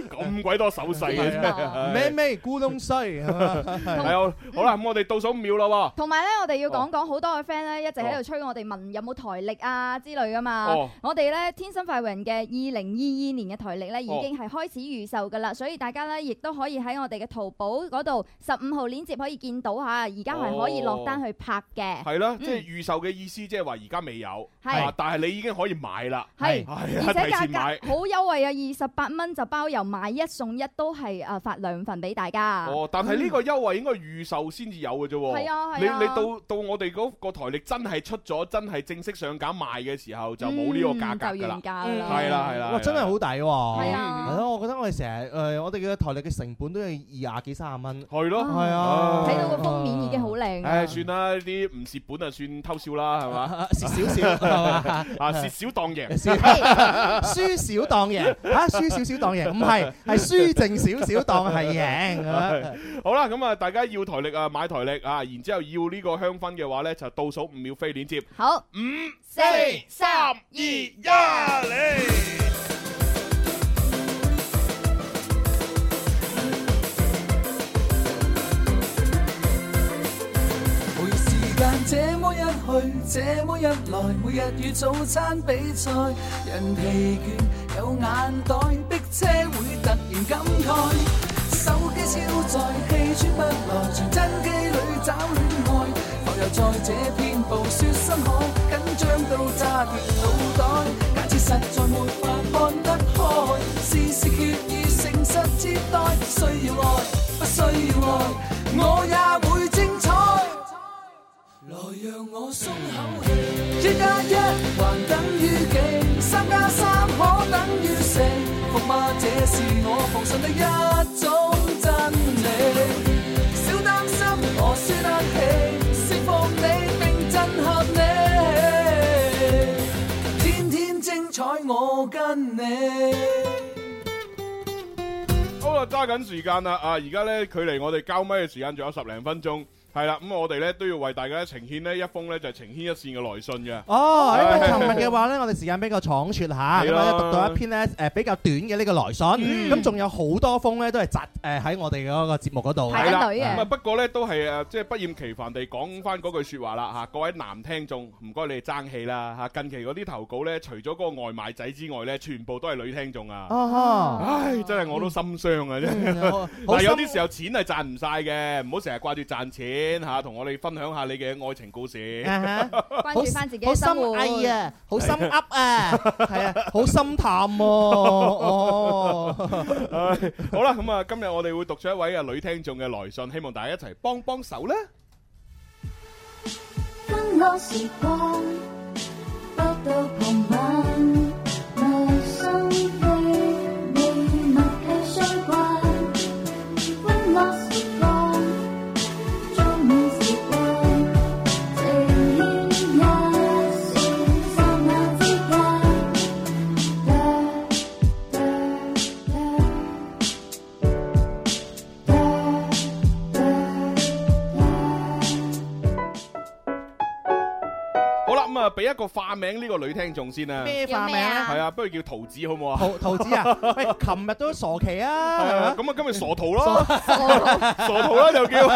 咁鬼多手勢嘅真係
咩咩古龍水，
係啊，好啦，咁我哋倒數五秒啦 喎。
同埋咧，我哋要講講好多嘅 friend 咧，一直喺度催我哋問有冇台歷啊之類噶嘛。
哦
我哋咧天生快活人嘅二零二二年嘅台歷咧已經
哦
係開始預售噶啦，所以大家咧亦都可以喺我哋嘅淘寶嗰度十五號鏈接可以見到嚇，而家係可以落單去拍嘅。
哦係啊啦，即係
嗯
預售嘅意思，即係話而家未有，
係
啊但係你已經可以買啦，
係
係
而
啊，
且
提
價
前買
格。好優惠啊，二十八蚊就包郵買一送一，都係誒發兩份俾大家。
哦，但係
嗯
呢個優惠應該預售先至有嘅啫喎。
啊係啊係啊
你你到到我哋嗰個台歷真係出咗，真係正式上架賣嘅時候就冇呢個價格㗎
嗯
啦
嗯就原。價啦
係啦係啦，
哇真係好抵喎。
係啊
係咯，我覺得我哋成日誒，我哋嘅台歷嘅成本都要二廿幾三十蚊。
係咯，
係啊，
哦
哦
睇到個封面已經好靚啦
唉，算啦，呢啲唔蝕本啊，算偷笑啦，係嘛？
蝕 少少係嘛
啊，蝕少當贏。
哎
輸少當贏嚇，輸少少當贏，唔係係輸淨少少當係贏
係好啦，咁啊，大家要台歷啊，買台歷啊，然之後要呢個香薰嘅話咧，就倒數五秒飛鏈接。
好，
五、
四三、二、
一，嚟！
每時間這麼一去，這麼一來，每日與早餐比賽，人疲倦有眼袋，逼車會突然感慨，手機超載，氣喘不來，傳真機裏找戀愛，浮游在這片暴雪深海，緊張到炸斷腦袋，假設實在沒法看得開，事事決意誠實接待，需要愛，不需要愛，我也會精彩。來讓我鬆口氣，一加一還等於幾？三加三可等於四，服嗎？這是我奉信的一種真理。小擔心，我輸得起，釋放你並震撼你，天天精彩我跟你。
好啦，揸緊時間啦，啊，而家咧距離我哋交咪嘅時間仲有十零分鐘。係啦，咁我哋咧都要為大家呈獻呢一封咧就係情牽一線嘅來信嘅。
哦，因為
係
琴日嘅話咧，我哋時間比較倉促下，
係
咁
啦
咧讀到一篇咧誒比較短嘅呢個來信，咁仲有好多封咧都係集誒喺我哋嗰個節目嗰度。
係啦咁啊，不過咧都係誒，即係不厭其煩地講翻嗰句説話啦嚇，各位男聽眾，唔該你哋爭氣啦嚇。近期嗰啲投稿咧，除咗嗰個外賣仔之外咧，全部都係女聽眾啊。
啊
唉，真係我都心傷啊！真
係好 好
係，但
心
有啲時候錢係賺唔晒嘅，唔好成日掛住賺錢嚇，同我哋分享下你嘅愛情故事。
啊哈
關注翻自己嘅
好
生活
好心翳啊，好心噏 啊，係啊，好心淡喎。哦，
唉好啦，咁啊，今日我哋會讀出一位啊女聽眾嘅來信，希望大家一齊幫幫手啦。
跟我時光，不到傍晚，內心對你默契相關。跟我時光，充滿時光，情牽一線，剎那之間。啦啦啦啦啦啦。
好啦，咁啊，俾一個化名呢個女聽眾先啊。
咩化名啊
係啊，不如叫桃子好唔好啊？
桃桃 子啊，喂，琴日都傻期啊，
係
係
啊
嘛？
咁啊，今日傻桃咯，傻桃啦 就叫，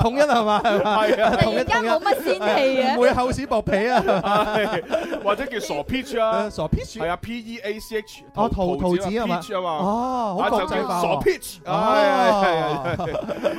統一係嘛？
係 啊，
突然間冇乜仙氣嘅唔會後市薄皮啊
係或者叫傻 peach 啊，
傻 peach
係啊，P E A C H，
哎呃哦桃桃子係嘛
peach 啊嘛，
哦好
啊就
國際化
叫
喎
傻 peach，
哦
唉係啊係啊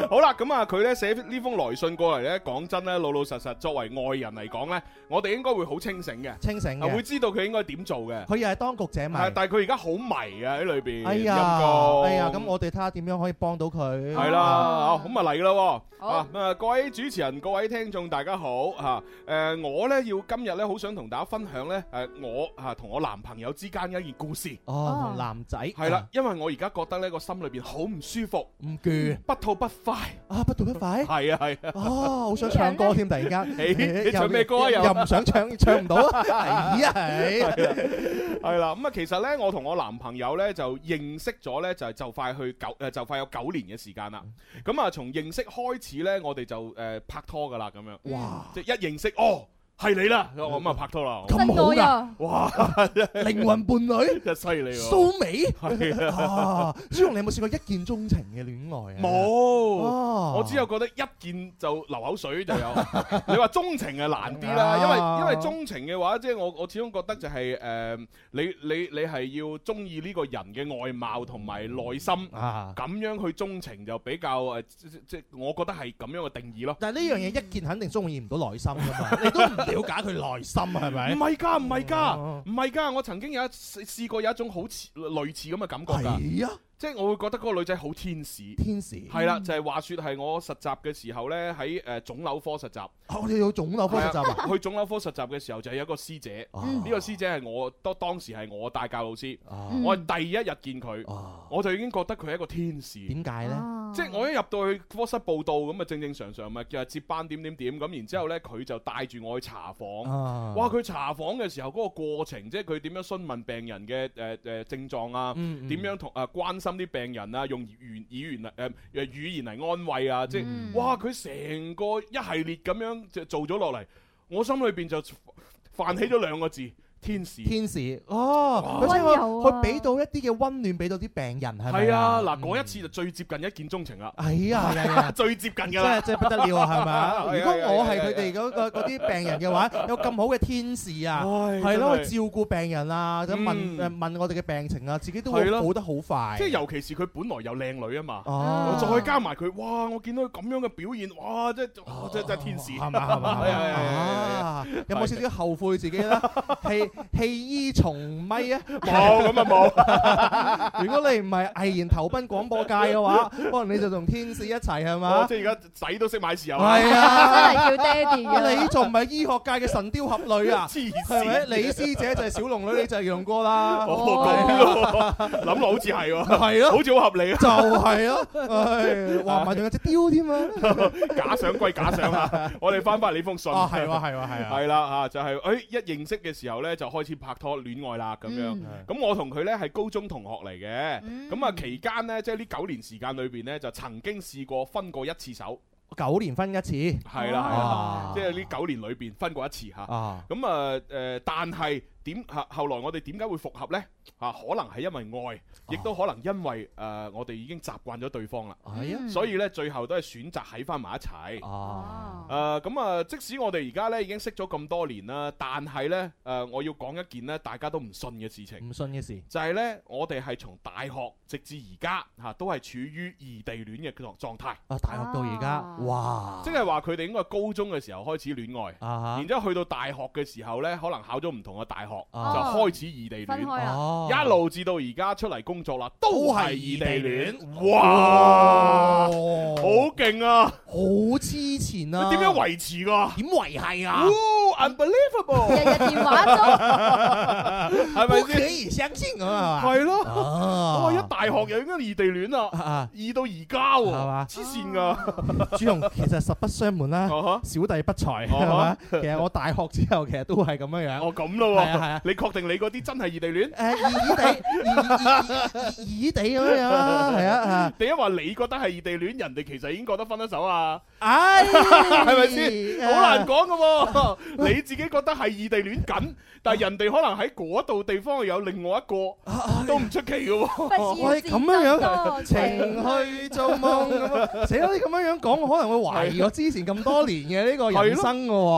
好啦，咁啊，佢咧寫呢封來信過嚟咧，講真咧，老老實實作為外人嚟講咧，我哋應該會好清醒嘅，
清醒
啊
嗯嘅
會知道佢應該點做嘅。啊
佢又係當局者迷。
係但係佢而家好迷啊喺裏邊，
哎
陰
呀，
公
哎呀，咁我哋睇下點樣可以幫到佢。
係啦，啊咁啊嚟啦喎，
好
啊咁啊各位主持人、各位聽眾大家好嚇，誒我咧要今日咧好想同大家分享咧誒我嚇同我男朋友之間嘅一件故事。
哦，同男仔
係啦，，因為我而家覺得咧個心裏邊好唔舒服，
唔攰，
不吐不快。
啊不吐不 快。
係啊係啊。
哦，好想唱歌添，突然 間。
誒你唱咩歌啊又
又唔想唱，唱唔到 啊！哎呀，
係啊啦
係。
係啦，咁啊，其實咧，我同我男朋友咧就認識咗咧，就係就快去九誒，就快有九年嘅時間啦。咁啊，從認識開始咧，我哋就誒拍拖噶啦，咁 樣。
哇！
即係一認識，哦，係你啦，我咁啊拍拖啦。
咁好㗎
哇！
靈魂伴侶
真係犀利喎。
蘇美
係啊
啊！朱紅，你有冇試過一見鍾情嘅戀愛啊？
冇，
哦
我只有覺得一見就流口水就有。 你話鍾情係難啲
啊
啦，因為因為鍾情嘅話，即係我我始終覺得就係誒，你你你係要中意呢個人嘅外貌同埋內心，
啊
咁樣去鍾情就比較誒，即即即我覺得係咁樣嘅定義咯。
但係呢樣嘢一見肯定中意唔到內心㗎
嗯
嘛，你都唔了解佢內心啊係哦咪？
唔係㗎，唔係㗎，唔係㗎！我曾經有一試試過有一種好似類似咁嘅感覺
係
㗎
啊，
即係我會覺得嗰個女仔好天使，
天使
係啦，就係話說係我實習嘅時候呢，喺誒腫瘤科實習，
啊我哋要腫瘤科實習啊
係啊去嗯腫瘤科實習嘅時候就有一個師姐，
哦
呢個師姐係我當當時係我大教老師，
啊嗯
我係第一日見佢，我就已經覺得佢係一個天使。
哦點啊解呢？
即係我一入到去科室報到咁啊，正正常常咪叫接班點點點咁，然之後呢，佢就帶住我去查房。
啊
哇！佢查房嘅時候嗰個過程，即係佢點樣詢問病人嘅誒誒症狀啊，點、
嗯嗯
樣同啊關心啲病人啊，用語語言嚟誒誒語言嚟安慰啊，即係、哇！佢成個一系列咁樣就做咗落嚟，我心裏邊就泛起咗兩個字：天使。
天使哦，
哇
佢即係
溫柔
佢
啊
佢俾到一啲嘅温暖俾到啲病人係咪
係啊，嗱，嗰一次就最接近一見鍾情啦。
哎呀，係啊
最接近㗎
真
啦，
係真係不得了啊，係咪 啊
係啊
如果我
係
係
啊
佢哋嗰個嗰啲病人嘅話，有咁好嘅天使啊，
唉
係咯，
真係
去照顧病人啊，咁問
嗯
誒問我哋嘅病情啊，自己都
係
會
咯
好得好快
即係。尤其是佢本來有靚女啊嘛，
哦
再加埋
哦
佢，哇！我見到佢咁樣嘅表現，哇！即係哇真係真係天使，係
嘛係嘛係嘛
係係係係
啊，有冇少少後悔自己咧？棄棄醫從咪啊？
冇咁
啊冇。如果你唔係毅然投奔廣播界嘅話，可能你就同天使一齊係嘛
哦？即係而家仔都識買豉油。
係啊，
真係叫
爹哋㗎
你仲唔係醫學界嘅神雕俠侶啊？
黐線
係咪？李師姐就係小龍女，你就哦係楊過啦。
哦，咁咯，諗落好似係喎，
係咯
好似好合理啊，
就係咯，唉哇！埋仲有隻雕添啊！
假想歸假想啊！我哋翻翻嚟呢封信，
啊係喎係喎係啊
係啦嚇，就係誒一認識嘅時候咧，就開始拍拖戀愛啦咁樣
嗯。
咁我同佢咧係高中同學嚟嘅，咁啊期間咧，即係呢九年時間裏邊咧，就曾經試過分過一次手。
九年分一次，
係啦係啦，即係呢九年裏邊分過一次嚇。
啊
咁啊誒，但係點嚇？後來我哋點解會復合呢？啊，可能係因為愛，亦都可能因為誒、呃我哋已經習慣咗對方啦，
係
嗯
啊
所以呢，最後都係選擇喺翻埋一齊。
哦，
誒咁啊，即使我哋而家呢已經識咗咁多年啦，但係呢，誒、我要講一件呢大家都唔信嘅事情。
唔信嘅事。
就係呢，我哋係從大學直至而家嚇都係處於異地戀嘅狀狀態。
啊，大學到而家，哇！
即係話佢哋應該係高中嘅時候開始戀愛，
啊
然之後去到大學嘅時候呢，可能考咗唔同嘅大學，
啊
就開始異地
分開啦哦
戀，一路至到而家出嚟工作啦，都係異地戀。
哇
哇，
哦
好勁啊！
好黐前啊！
你點樣維持㗎？
點維係啊？
哇，unbelievable！
日日電話
中，係咪
不可以
先？
相信咁啊嘛？
係咯，
啊
哇！一大學又應該異地戀啦
啊，
異到而家喎，
係嘛啊
黐線㗎！
朱紅其實實不相瞞啦，小弟不才係嘛？其實我大學之後其實都係咁樣樣。
哦咁咯
係啊係
喎
啊，
你確定你嗰啲真係異地戀？
誒異地異地咁樣樣啦，係啊啊！
第一話你覺得係異地戀，人哋其實已經覺得分咗手啊，
唉，
係
係
咪先？好難講噶， 你自己覺得係異地戀緊，但係人哋可能喺嗰度地方有另外一個，都唔出奇噶喎。
喂，咁樣樣情去做夢咁啊！死啦！你咁樣樣講，我可能會懷疑我之前咁多年嘅呢個人生嘅喎。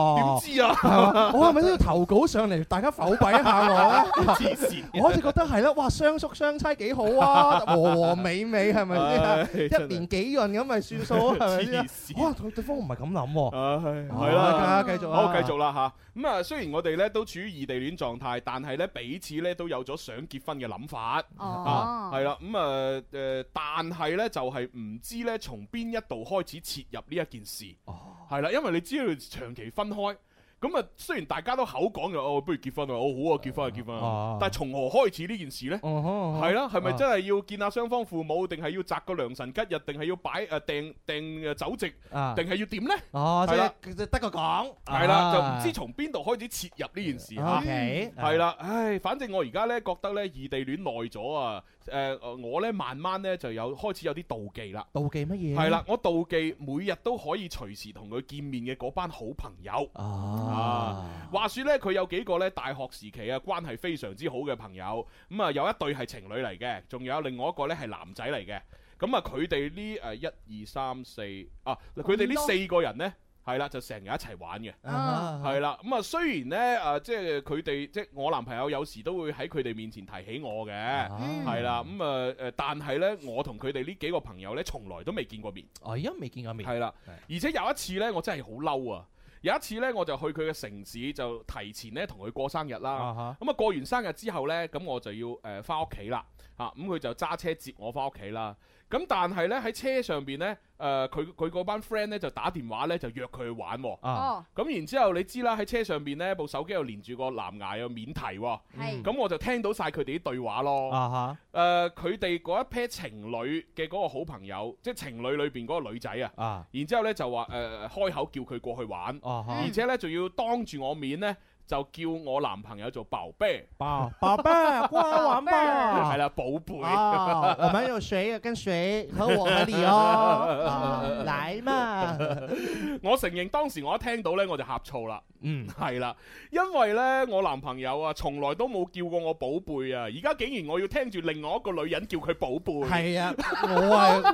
點知啊
係嘛我係咪都要投稿上嚟，大家否備一下我咧？
黐線
我一直覺得係啦，哇，相宿相妻幾好啊，和和美美係咪
唉
先？
真係
一年幾潤咁咪算數 啊？係咪
黐
先？可能對方唔係咁諗喎。
係啦，
繼續
好
啊，
繼續啦吓。咁啊，雖然我哋咧都處於異地戀狀態，但係咧彼此咧都有咗想結婚嘅諗法。
哦
啊，係啦，咁啊誒，但係咧就係唔知咧從邊一度開始切入呢一件事。哦，係啦，因為你知道長期分開。咁啊，雖然大家都口講嘅，哦，不如結婚啊，哦，好啊，結婚啊，結婚啊
哦，
但係從何開始呢件事呢？係啦，係咪真係要見下雙方父母，定係要摘個良辰吉日，定係要擺誒訂訂誒酒席，
啊
定係要點呢？
哦，
係啦
即係得個講。
係啦，就唔
啊
知從邊度開始切入呢件事嚇。
OK，
係啦，唉，反正我而家呢覺得呢異地戀耐咗啊，誒，我呢慢慢呢就有開始有啲妒忌啦。
妒忌乜嘢？
係啦，，我妒忌每日都可以隨時同佢見面嘅嗰班好朋
啊
友。啊，話說呢，佢有幾個呢大學時期啊關係非常之好嘅朋友，咁啊有一對係情侶嚟嘅，仲有另外一個呢係男仔嚟嘅。咁啊，佢哋呢誒一二三四啊，佢哋呢四個人呢，係啦，就成日一齊玩嘅。
啊
係啦，咁啊，雖然咧，誒，即係佢哋，即係我男朋友有時都會喺佢哋面前提起我嘅，
嗯
係啦，咁啊，誒，但係咧，我同佢哋呢幾個朋友咧，從來都未見過面，
我而家未見過面。
係啦，而且有一次咧，我真係好嬲啊！有一次咧，我就去佢嘅城市，就提前咧同佢過生日啦。咁啊，過完生日之後咧，咁我就要誒翻屋企啦，啊，咁佢就揸車接我翻屋企啦。咁但係咧喺車上邊咧，誒佢佢嗰班 friend 咧就打電話咧就約佢去玩喎。
啊
咁然之後，你知啦，喺車上邊呢部手機又連住個藍牙又免提喎，
係
咁我就聽到晒佢哋啲對話咯。
嗯啊哈
誒，佢哋嗰一 pair 情侶嘅嗰個好朋友，即係情侶裏邊嗰個女仔啊。
啊
然之後呢，就話誒、呃、開口叫佢過去玩，
哈
而且呢，仲要當住我面呢，就叫我男朋友做寶貝，
爸爸爸，過來玩吧。
係啦，寶貝。
啊，哎我們有誰啊跟誰和我和你哦，啊來嘛。
我承認當時我一聽到呢，我就呷醋啦。
嗯，
係啦，因為呢，我男朋友啊，從來都冇叫過我寶貝啊，而家竟然我要聽住另外一個女人叫佢寶貝。
係啊，我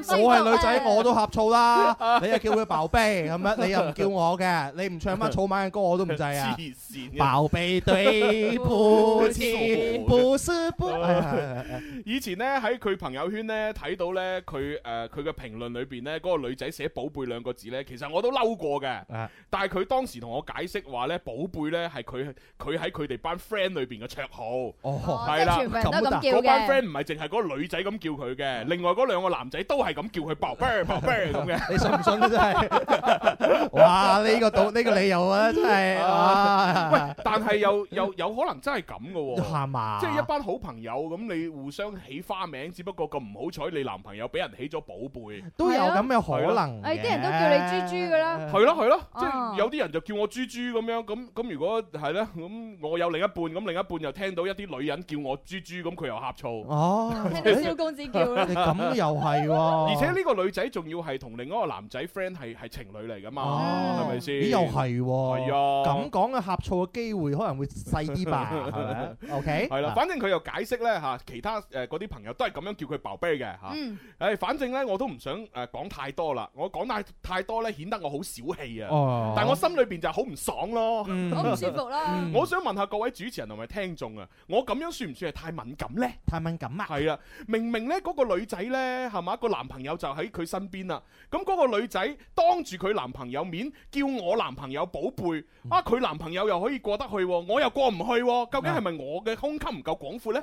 係我係女仔，我都呷醋啦。你又叫佢爆啤咁樣，你又唔叫我嘅，你唔唱翻草蜢嘅歌我都唔制啊。
黐線嘅
宝贝对不 起，不是不，哎呀
以前咧喺佢朋友圈咧睇到咧佢誒佢嘅評論裏邊咧嗰個女仔寫寶貝兩個字咧，其實我都嬲過嘅。但係佢當時同我解釋話咧，寶貝咧係佢佢喺佢哋班 friend 裏邊嘅綽號。
Ờ,
哦
係啦，
即係全部人都咁叫嘅
嗰班 friend 唔係淨係嗰個女仔咁叫佢嘅，另外嗰兩個男仔都係咁叫佢寶貝寶貝咁嘅。
你信唔信啊？真 係，哇！呢個道呢個理由啊，真係啊，
喂，但係又又有可能真係咁嘅 喎，
係嘛
即係一班好朋友咁，你互相起花名，只不過咁唔好彩，你男朋友俾人起咗寶貝，
都有咁嘅可能。
誒啲人都叫你豬豬噶啦，
係咯係咯，即
哦
係有啲人就叫我豬豬咁樣，咁咁如果係咧，咁我有另一半，咁另一半又聽到一啲女人叫我豬豬，咁佢又呷醋。
哦，你咁又係喎，
而且呢個女仔仲要係同另一個男仔 friend 係係情侶嚟噶嘛，係咪先？
哦咦又係喎，
係啊
咁講嘅呷醋嘅機會可能會細 啲吧，係咪？OK，
係啦
嗱，
反正佢又解釋咧嚇，其他誒嗰啲朋友都係咁樣叫佢爆啤嘅嚇。
嗯
誒，反正咧我都唔想誒講太多啦，我講太太多咧顯得我好小氣啊
哦。
但我心裏邊就係好唔爽咯，
好唔舒服咯嗯
我想問下各位主持人同埋聽眾啊，我咁樣算唔算係太敏感咧？
太敏感啊！
係啦，明明咧嗰個女仔咧係嘛，個男朋友就喺佢身邊啦。咁嗰個女仔當住佢男朋友面叫我男朋友寶貝，啊佢男朋友又可以過得去喎，我又過唔去喎。究竟係咪我嘅胸襟唔夠廣 闊呢？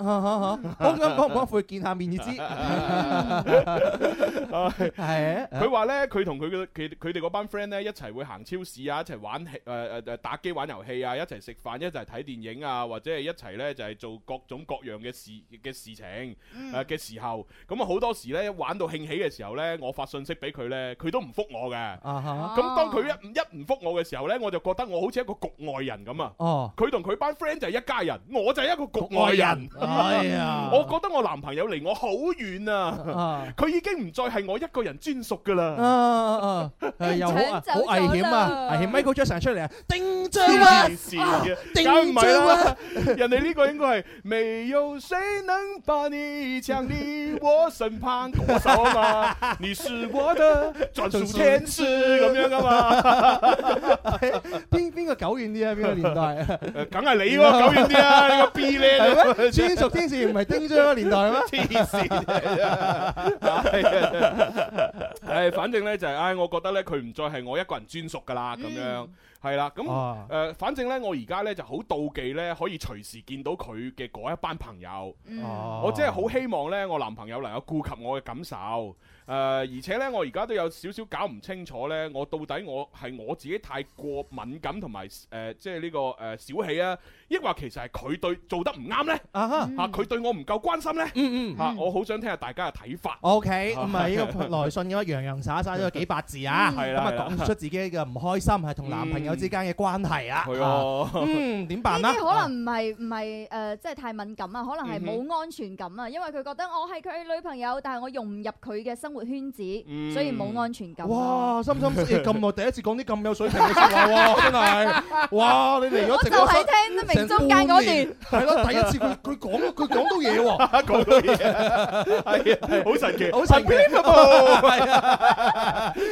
講緊講唔講會見下面至知，係啊
佢話咧，佢同佢嘅佢佢哋嗰班 friend 咧一齊會行超市啊，一齊玩誒誒誒打機玩遊戲啊，一齊食飯，一齊睇電影啊，或者係一齊咧就係做各種各樣嘅事嘅事情誒
嗯
嘅時候，咁啊好多時咧玩到興起嘅時候咧，我發信息俾佢咧，佢都唔覆我嘅。
哈
咁當佢一一唔覆我嘅時候咧，我就覺得我好似一個局外人咁啊。
哦，
佢同佢班 friend 就係一家人，我就係一個局外
局外
人。
人哎呀
我覺得我男朋友離我好遠啊
啊！
佢已經唔再係我一個人專屬噶
啊
啦。
啊啊啊！又好啊好危險啊，危險 Michael Jackson 出嚟啊，叮
黐
張啊，
線嘅，
定
梗唔係
咗
啦
啊！
人哋呢個應該係沒有誰能把你搶離我身旁嗰首啊 嘛，你是我的專屬天使咁樣噶 嘛。
邊邊個久遠啲啊？邊個年 代？
梗係你喎，久遠啲 啊！你個 B 咧，
係咩專屬天使唔係叮張嘅年代 咩？
黐線啊！唉，反正咧就係，唉，我覺得咧佢唔再係我一個人專屬噶啦，咁樣係啦。咁
啊
誒，反正咧我而家咧就好妒忌咧，可以隨時見到佢嘅嗰一班朋友。
Ừ.
哦
我真係好希望呢，我男朋友能夠顧及我嘅感受。誒、而且呢，我而家都有少少搞唔清楚呢，我到底我係我自己太過敏感同埋誒，即係呢個誒、呃小氣啊，抑或其實係佢對做得唔啱呢？
啊
Ừ.
哈
嚇佢對我唔夠關心呢？
嗯嗯
嚇、我好想聽下大家嘅睇法。
O K，咁啊呢個來信嘅話，洋洋灑灑都有幾百字
Ừ.
啊，
係
咁
啦
啊
嗯係啦
講出自己嘅唔開心，係同男朋友之間嘅關係啊，
係啊
嗯點辦
呢
啊？
啲可能唔係唔係誒，即係太敏感啊，可能係
嗯
冇安全感啊，因為佢覺得我係佢女朋友，但係我融唔入佢嘅生活圈子，
Ừ.
嗯
所以冇安全感。
哇， 心心你咁耐，第一次講啲咁有水平嘅説話喎，真係，哇！你嚟咗直播室
我就係聽得明中間
成
嗰段
半年係咯，第一次佢佢講佢講到嘢喎，
啊講到嘢，係啊，好神 奇，
好神奇
Unbelievable
係啊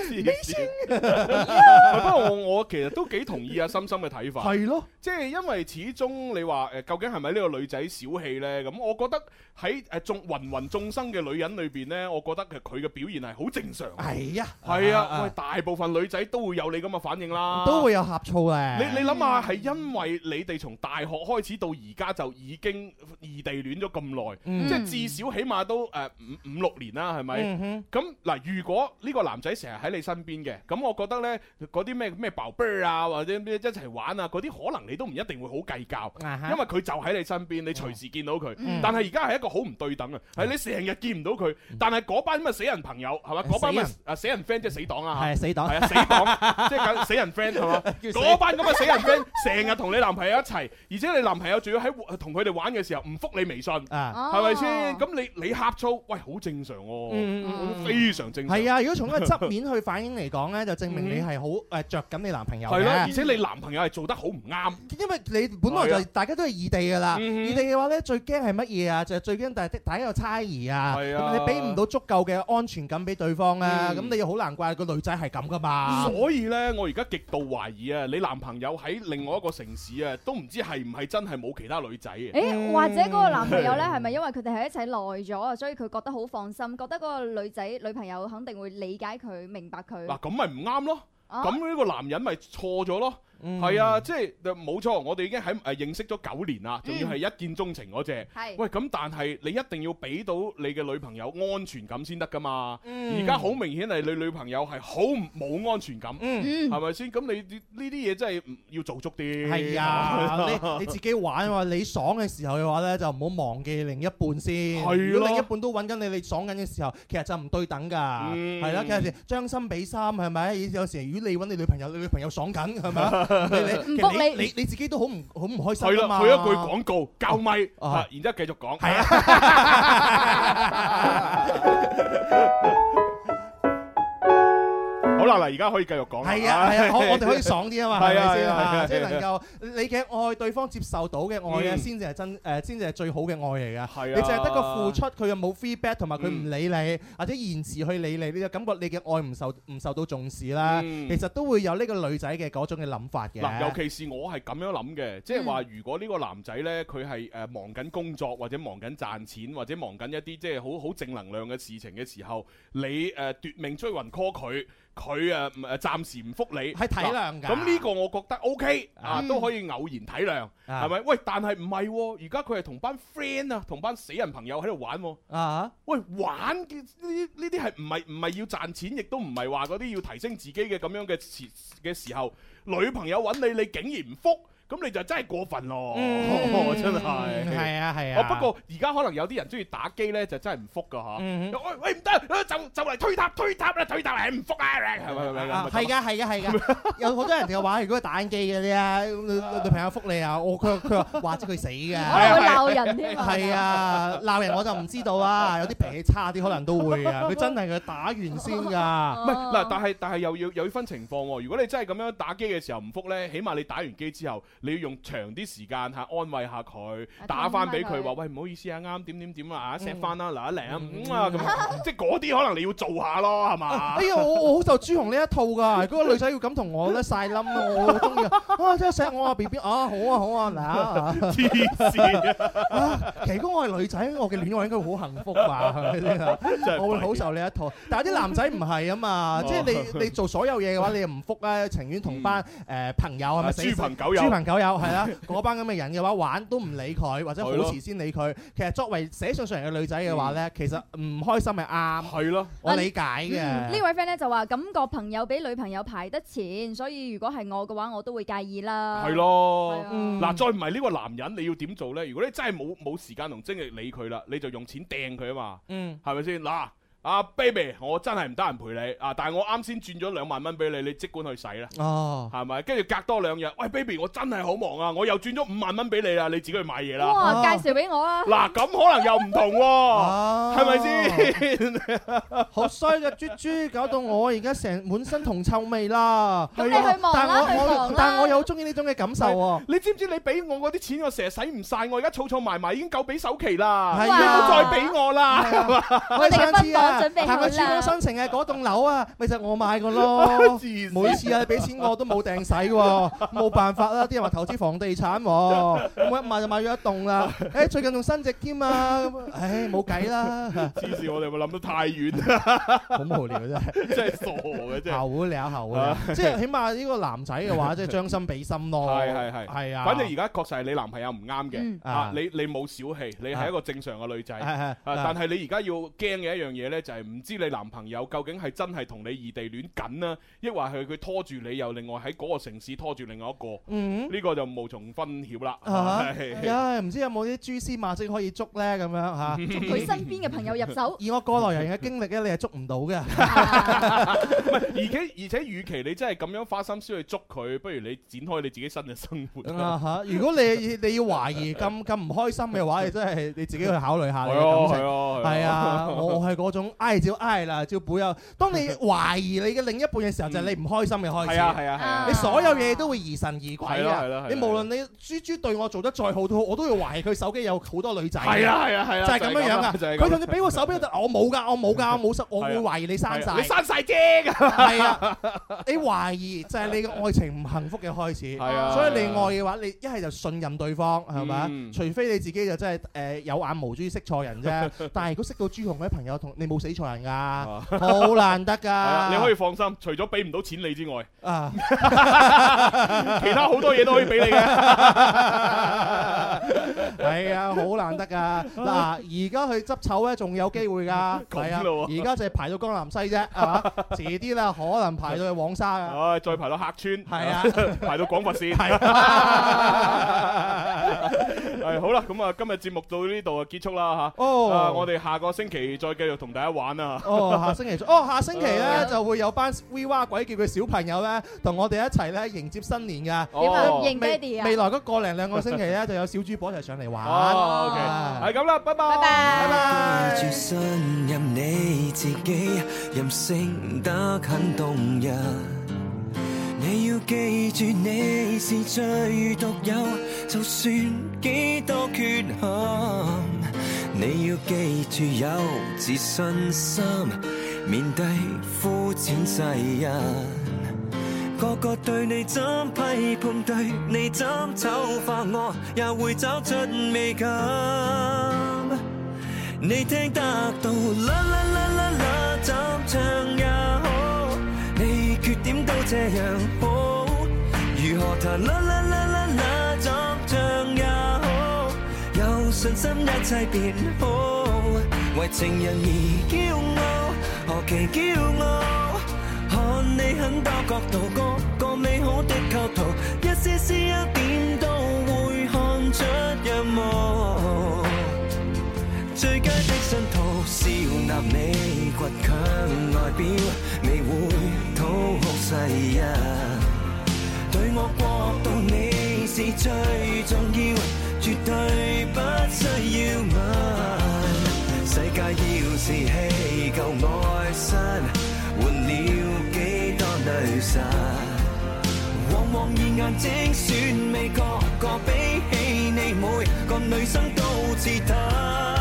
不過我我其實都幾同意阿心心嘅睇法。
係咯，
即係因為始終你話誒，究竟係咪呢個女仔小氣呢？咁我覺得喺誒眾芸芸眾生嘅女人裏邊呢，我覺得佢佢嘅表現係好正常。
係啊，
係啊，喂，大部分女仔都會有你咁嘅反應啦。
都會有呷醋
你
咧，
你諗下，係因為你哋從大學開始到而家就已經異地戀咗咁耐，
Ừ.
嗯
即係至少起碼都誒五五六年啦，係咪
嗯哼？
咁嗱、如果呢個男仔成日喺你身邊嘅，咁我覺得呢嗰啲咩咩爆啤啊，或者咩一齊玩啊，嗰啲可能你都唔一定會好計較，
啊哈
因為佢就喺你身邊，你隨時見到佢。
哦
Ừ.
嗯
但係而家係一個好唔對等啊，係你成日見唔到佢，但係嗰班咁嘅死人朋友係嘛，嗰班咁嘅
死人
啊死人 friend 即係死黨啊，
係死黨
係啊死黨， 即係死人 friend 係嘛。
叫 死
嗰班咁嘅死人 friend，成日同你男朋友一齊，而且你男朋友仲要喺同佢哋玩嘅時候唔覆你微信，
Ờ.
啊
係咪先？咁你你呷醋，喂，好正常
嗯嗯
喎，
嗯
非常正常。
係啊，如果從一個側面去反映嚟講咧，就證明你係好誒着緊你男朋友嘅
係咯，而
嘅。
且你男朋友係做得好唔啱。
因為你本來就
係
係
啊
大家都係異地㗎啦，
嗯哼
異地嘅話咧最驚係乜嘢啊？就係最驚大家大家有猜疑啊，
係啊嗯
你俾唔到足夠嘅安全感俾對方啊，咁你又好難怪個女仔係咁㗎嘛。
所以呢，我而家極度懷疑啊，你男朋友喺另外一個城市啊，都唔知係唔係真係冇其他女仔嘅。
誒，或者嗰個男朋友咧，係咪因為佢哋喺一齊耐咗
à,
啊，所以佢覺得好放心，覺得嗰個女仔女朋友肯定會理解佢、明白佢。
嗱，咁咪唔啱咯。
Ờ.
啊
咁呢個男人咪錯咗咯。
嗯
係啊，即係冇錯，我哋已經喺誒認識咗九年啦，仲要係一見鍾情嗰只。
係
喂，咁但係你一定要俾到你嘅女朋友安全感先得噶嘛。
嗯
而家好明顯係你女朋友係好唔冇安全感，
Ừ.
嗯
係咪先？咁你呢啲嘢真係唔要做足啲。
係啊，你你自己玩嘅話，你爽嘅時候嘅話咧，就唔好忘記另一半先。
係咯
如果另一半都揾緊你，你爽緊嘅時候，其實就唔對等㗎。
嗯
係啦，其實將心比心係咪？有時如果你揾你女朋友，你女朋友爽緊係咪啊？你
唔
你
覆
其
你
實你你自己都好唔好唔開心
係
㗎
啦，
嘛。哦
佢一句廣告教咪，啊然之後繼續講。係
啊。
好啦，嗱，而家可以繼續講啦。
係啊係啊，我我哋 可以爽啲啊嘛，係
係
咪
啊
先
係啊係
啊
啊
即係能夠你嘅愛對方接受到嘅愛咧，
嗯
先至係真誒，先至係最好嘅愛嚟㗎。
係啊嗯
你淨係得個付出，佢又冇 feedback，同埋佢唔理你，或者延遲去理你，你就感覺你嘅愛唔受唔受到重視啦。
嗯
其實都會有呢個女仔嘅嗰種嘅諗法嘅。
嗱，尤其是我係咁樣諗
嗯
嘅，即係話如果呢個男仔呢，佢係誒忙緊工作或者忙緊賺錢或者忙緊一啲即係好好正能量嘅事情嘅時候，你誒奪命追魂 call 佢。佢誒唔誒暫時唔覆你，
係體諒㗎
嗱咁呢個我覺得 O K 啊，
嗯啊
都可以偶然體諒，係咪？喂，但係唔係喎？而家佢係同班 friend 啊，同班死人朋友喺度玩喎。
啊，
喂，玩嘅呢啲呢啲係唔係唔係要賺錢，亦都唔係話嗰啲要提升自己嘅咁樣嘅時嘅時候，女朋友揾你，你竟然唔復，咁你就真係過分咯，哦 真係。
嗯係啊係
哦，
啊。
不過而家可能有啲人中意打機咧，就真係唔復噶嚇。
嗯
喂喂唔得，啊就就嚟推塔推塔啦，推塔係唔復啊，係咪係咪
啊
係咪
係㗎，係㗎，係㗎，有好多人嘅話，如果打緊機嗰啲啊， 女女朋友覆你啊，我佢佢話話知佢死㗎，
可能會鬧人添啊
係啊，鬧人我就唔知道啊，有啲脾氣差啲可能都會啊，佢真係佢打完先㗎。
唔係嗱，但係但係又要又要分情況喎。如果你真係咁樣打機嘅時候唔復呢，起碼你打完機之後，你要用長啲時間嚇安慰下佢，打翻俾啊佢話喂唔好意思啊，啱點點點啊，錫翻啦，嗱一嚟啊，嗯啊咁 樣，即係嗰啲可能你要做下咯，係嘛
哎？呀，我我好受朱紅呢一套㗎，嗰個女仔要咁同我咧晒冧啊，我好中意 啊，啊真係錫我啊 B B 啊，好啊好啊嗱 啊，
黐線
啊！其實如果我係女仔，我嘅戀愛應該會好幸福吧？係咪先啊
真係哦
我會好受呢一套，但係啲男仔唔係啊嘛，即係你你做所有嘢嘅話，你又唔復咧，情願同班誒朋友係咪
啊
死
豬朋狗友
豬朋狗友係啦，嗰班咁嘅人嘅話玩都唔理佢，或者好
係咯
遲先理佢。其實作為寫信上嚟嘅女仔嘅話
嗯
咧，其實唔開心係啱，
係咯，
我理解嘅。
嗯呢位 friend 咧就話感覺朋友比女朋友排得前，所以如果係我嘅話，我都會介意啦。
啊係咯，嗱，再唔係呢個男人，你要點做呢？如果你真係冇冇時間同精力理佢啦，你就用錢掟佢啊嘛，
嗯，
係咪先？嗱，阿 baby，我真係唔得閒陪你啊，但係我啱先轉咗兩萬蚊俾你，你即管去使啦，
哦，
係咪？跟住隔多兩日，喂 baby，我真係好忙啊，我又轉咗五萬蚊俾你啦，你自己去買嘢啦。
哇，介紹俾我啊！
嗱，咁可能又唔同喎，哦係咪先？
哦 好衰嘅豬豬，搞到我而家成滿身銅臭味啦。
咁你去忙啦
但我
去
我
忙啦
但我又好中意呢種嘅感受 喎。
你知唔知你俾我嗰啲錢，我成日使唔晒，我而家儲儲埋埋已經夠俾首期啦，
係
你
啊
唔好再俾我啦。。
我哋上次啊，
我哋嘅分房準備好啦
行去珠江新城嘅嗰棟樓啊，咪就係我買個咯
線
每次啊，你俾錢我都冇掟使喎，冇辦法啦。啲人話投資房地產喎，咁一買就買咗一棟啦。誒，最近仲升值添啊，咁唉，冇計啦。
黐線，我哋有冇諗得太遠？
好無聊真係，
真係傻 嘅真係。啊
後了後了，即係起碼呢個男仔嘅話，即係將心比心咯。
係係係
係啊。
反正而家確實係你男朋友唔啱嘅
嗯啊
啊！你你冇小氣，你係一個正常嘅女仔。
係係
啊
啊
但係你而家要驚嘅一樣嘢呢，就係唔知你男朋友究竟係真係同你異地戀緊啦，抑或係佢拖住你又另外喺嗰個城市拖住另外一個。
嗯
呢個就無從分曉啦。
啊
係
唉，唔知有冇啲蛛絲馬跡可以捉咧咁樣嚇？
從佢身邊嘅朋友入手，
以我過來人嘅經歷咧，你係捉唔到嘅。啊
唔係而且而且，與其你真係咁樣花心思去捉佢，不如你展開你自己新嘅生活。
啊哈！如果你你要懷疑 咁咁唔開心嘅話，你真係你自己去考慮下你
係啊
嘅感情。
係啊係啊
係啊，我我係嗰種種愛就愛啦，就不要。當你懷疑你嘅另一半嘅時候，就係你唔開心嘅開始。
係啊係啊係啊
你所有嘢都會疑神疑鬼
係咯係咯係
啊
咯！
你無論你豬豬對我做得再好都好，我都會懷疑佢手機有好多女仔。
係啊係啊係啊
就係咁樣樣啊！
就係咁
佢甚至俾個手 錶，我冇㗎，我冇㗎，我冇手，我會懷疑你刪
係
晒。
啊你刪晒啫咁
係啊！ 你懷疑就係你嘅愛情唔幸福嘅開始。
係啊
所以你愛嘅話，你一係就信任對方，係咪啊
嗯
除非你自己就真係誒有眼無珠識錯人 啫。但係如果識到朱紅嗰啲朋友，同你冇死錯人㗎，好難得
係啊
㗎。
你可以放心，除咗俾唔到錢你之外，
啊，
其他好多嘢都可以俾你嘅。
係啊，好難得㗎。嗱，而家去執籌咧，仲有機會㗎。係啊
咁咯，喎
而家就係排到江南西啫，係 嘛？遲啲啦，可能排到去黃沙啊㗎。
唉，再排到客村，係
啊，
排到廣佛線， 係好啦，咁啊，今日節目到呢度啊結束啦吓。
哦
啊我哋下個星期再繼續同大家玩啊。
哦，下星期再哦，下星期咧就會有班 We 哇鬼叫嘅小朋友咧，同我哋一齊咧迎接新年噶。
點啊
哦
迎爹哋啊
未未來嗰個零兩個星期咧，就有小主播一齊上嚟玩。
哦，OK，係咁啦，拜拜，
拜
記住信任你自己，任性得很動人。你要記住你是最獨有，就算幾多缺陷，你要記住有自信心，面對膚淺世人。個個對你怎批判，對你怎醜化我，也會找出美感。你聽得到啦啦啦啦啦，怎唱也好，你缺點都這樣好，如何彈啦啦啦啦啦，怎唱也好，有信心一切變好，為情人而驕傲，何其驕傲，看你很多角度，個個美好的構圖，一絲絲一點都會看出仰慕。最佳的信徒，笑納你倔強外表，未會討好世人。對我國度你是最重要，絕對不需要問。世界要士氣夠愛身，換了幾多女神？往往現眼睛選美，個個比起你，每個女生都自嘆。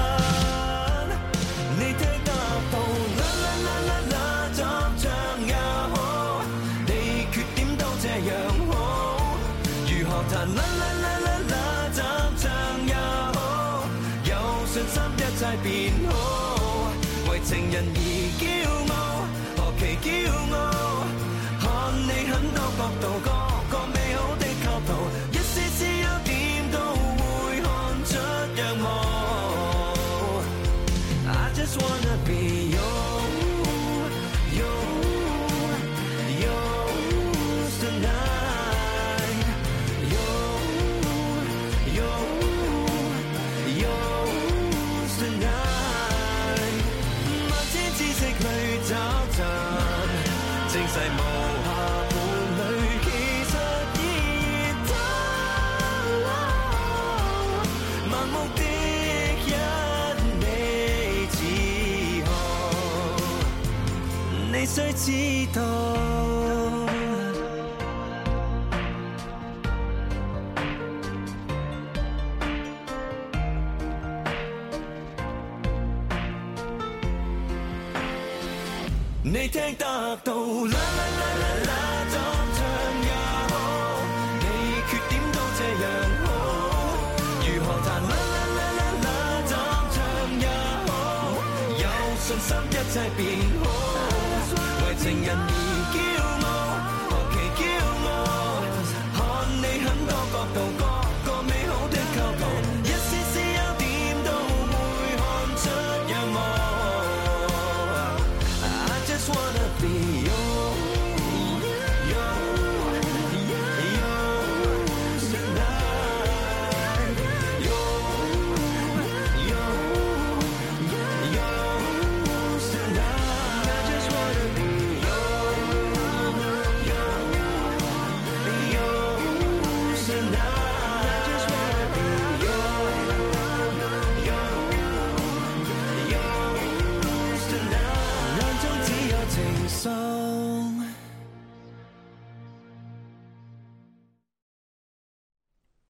你聽得到啦啦啦啦啦，怎唱也好，你缺點都這樣好，如何彈啦啦啦啦啦，怎唱也好，有信心一切變好，為情人而驕傲，何其驕傲！看你很多角度，個個美好的構圖，一絲絲優點都會看出仰慕。I just wanna be yours, yours, yours tonight, yours, yours, yours tonight。萬千知識裏找尋。正世無暇伴侶，其實已熱透。盲目的因你自豪，你需知道。你聽得到啦啦啦啦啦，怎唱也好，你缺點都這樣好，如何彈啦啦啦啦啦，怎唱也好，有信心一切變好，為情人而驕傲，何其驕傲，看你很多角度。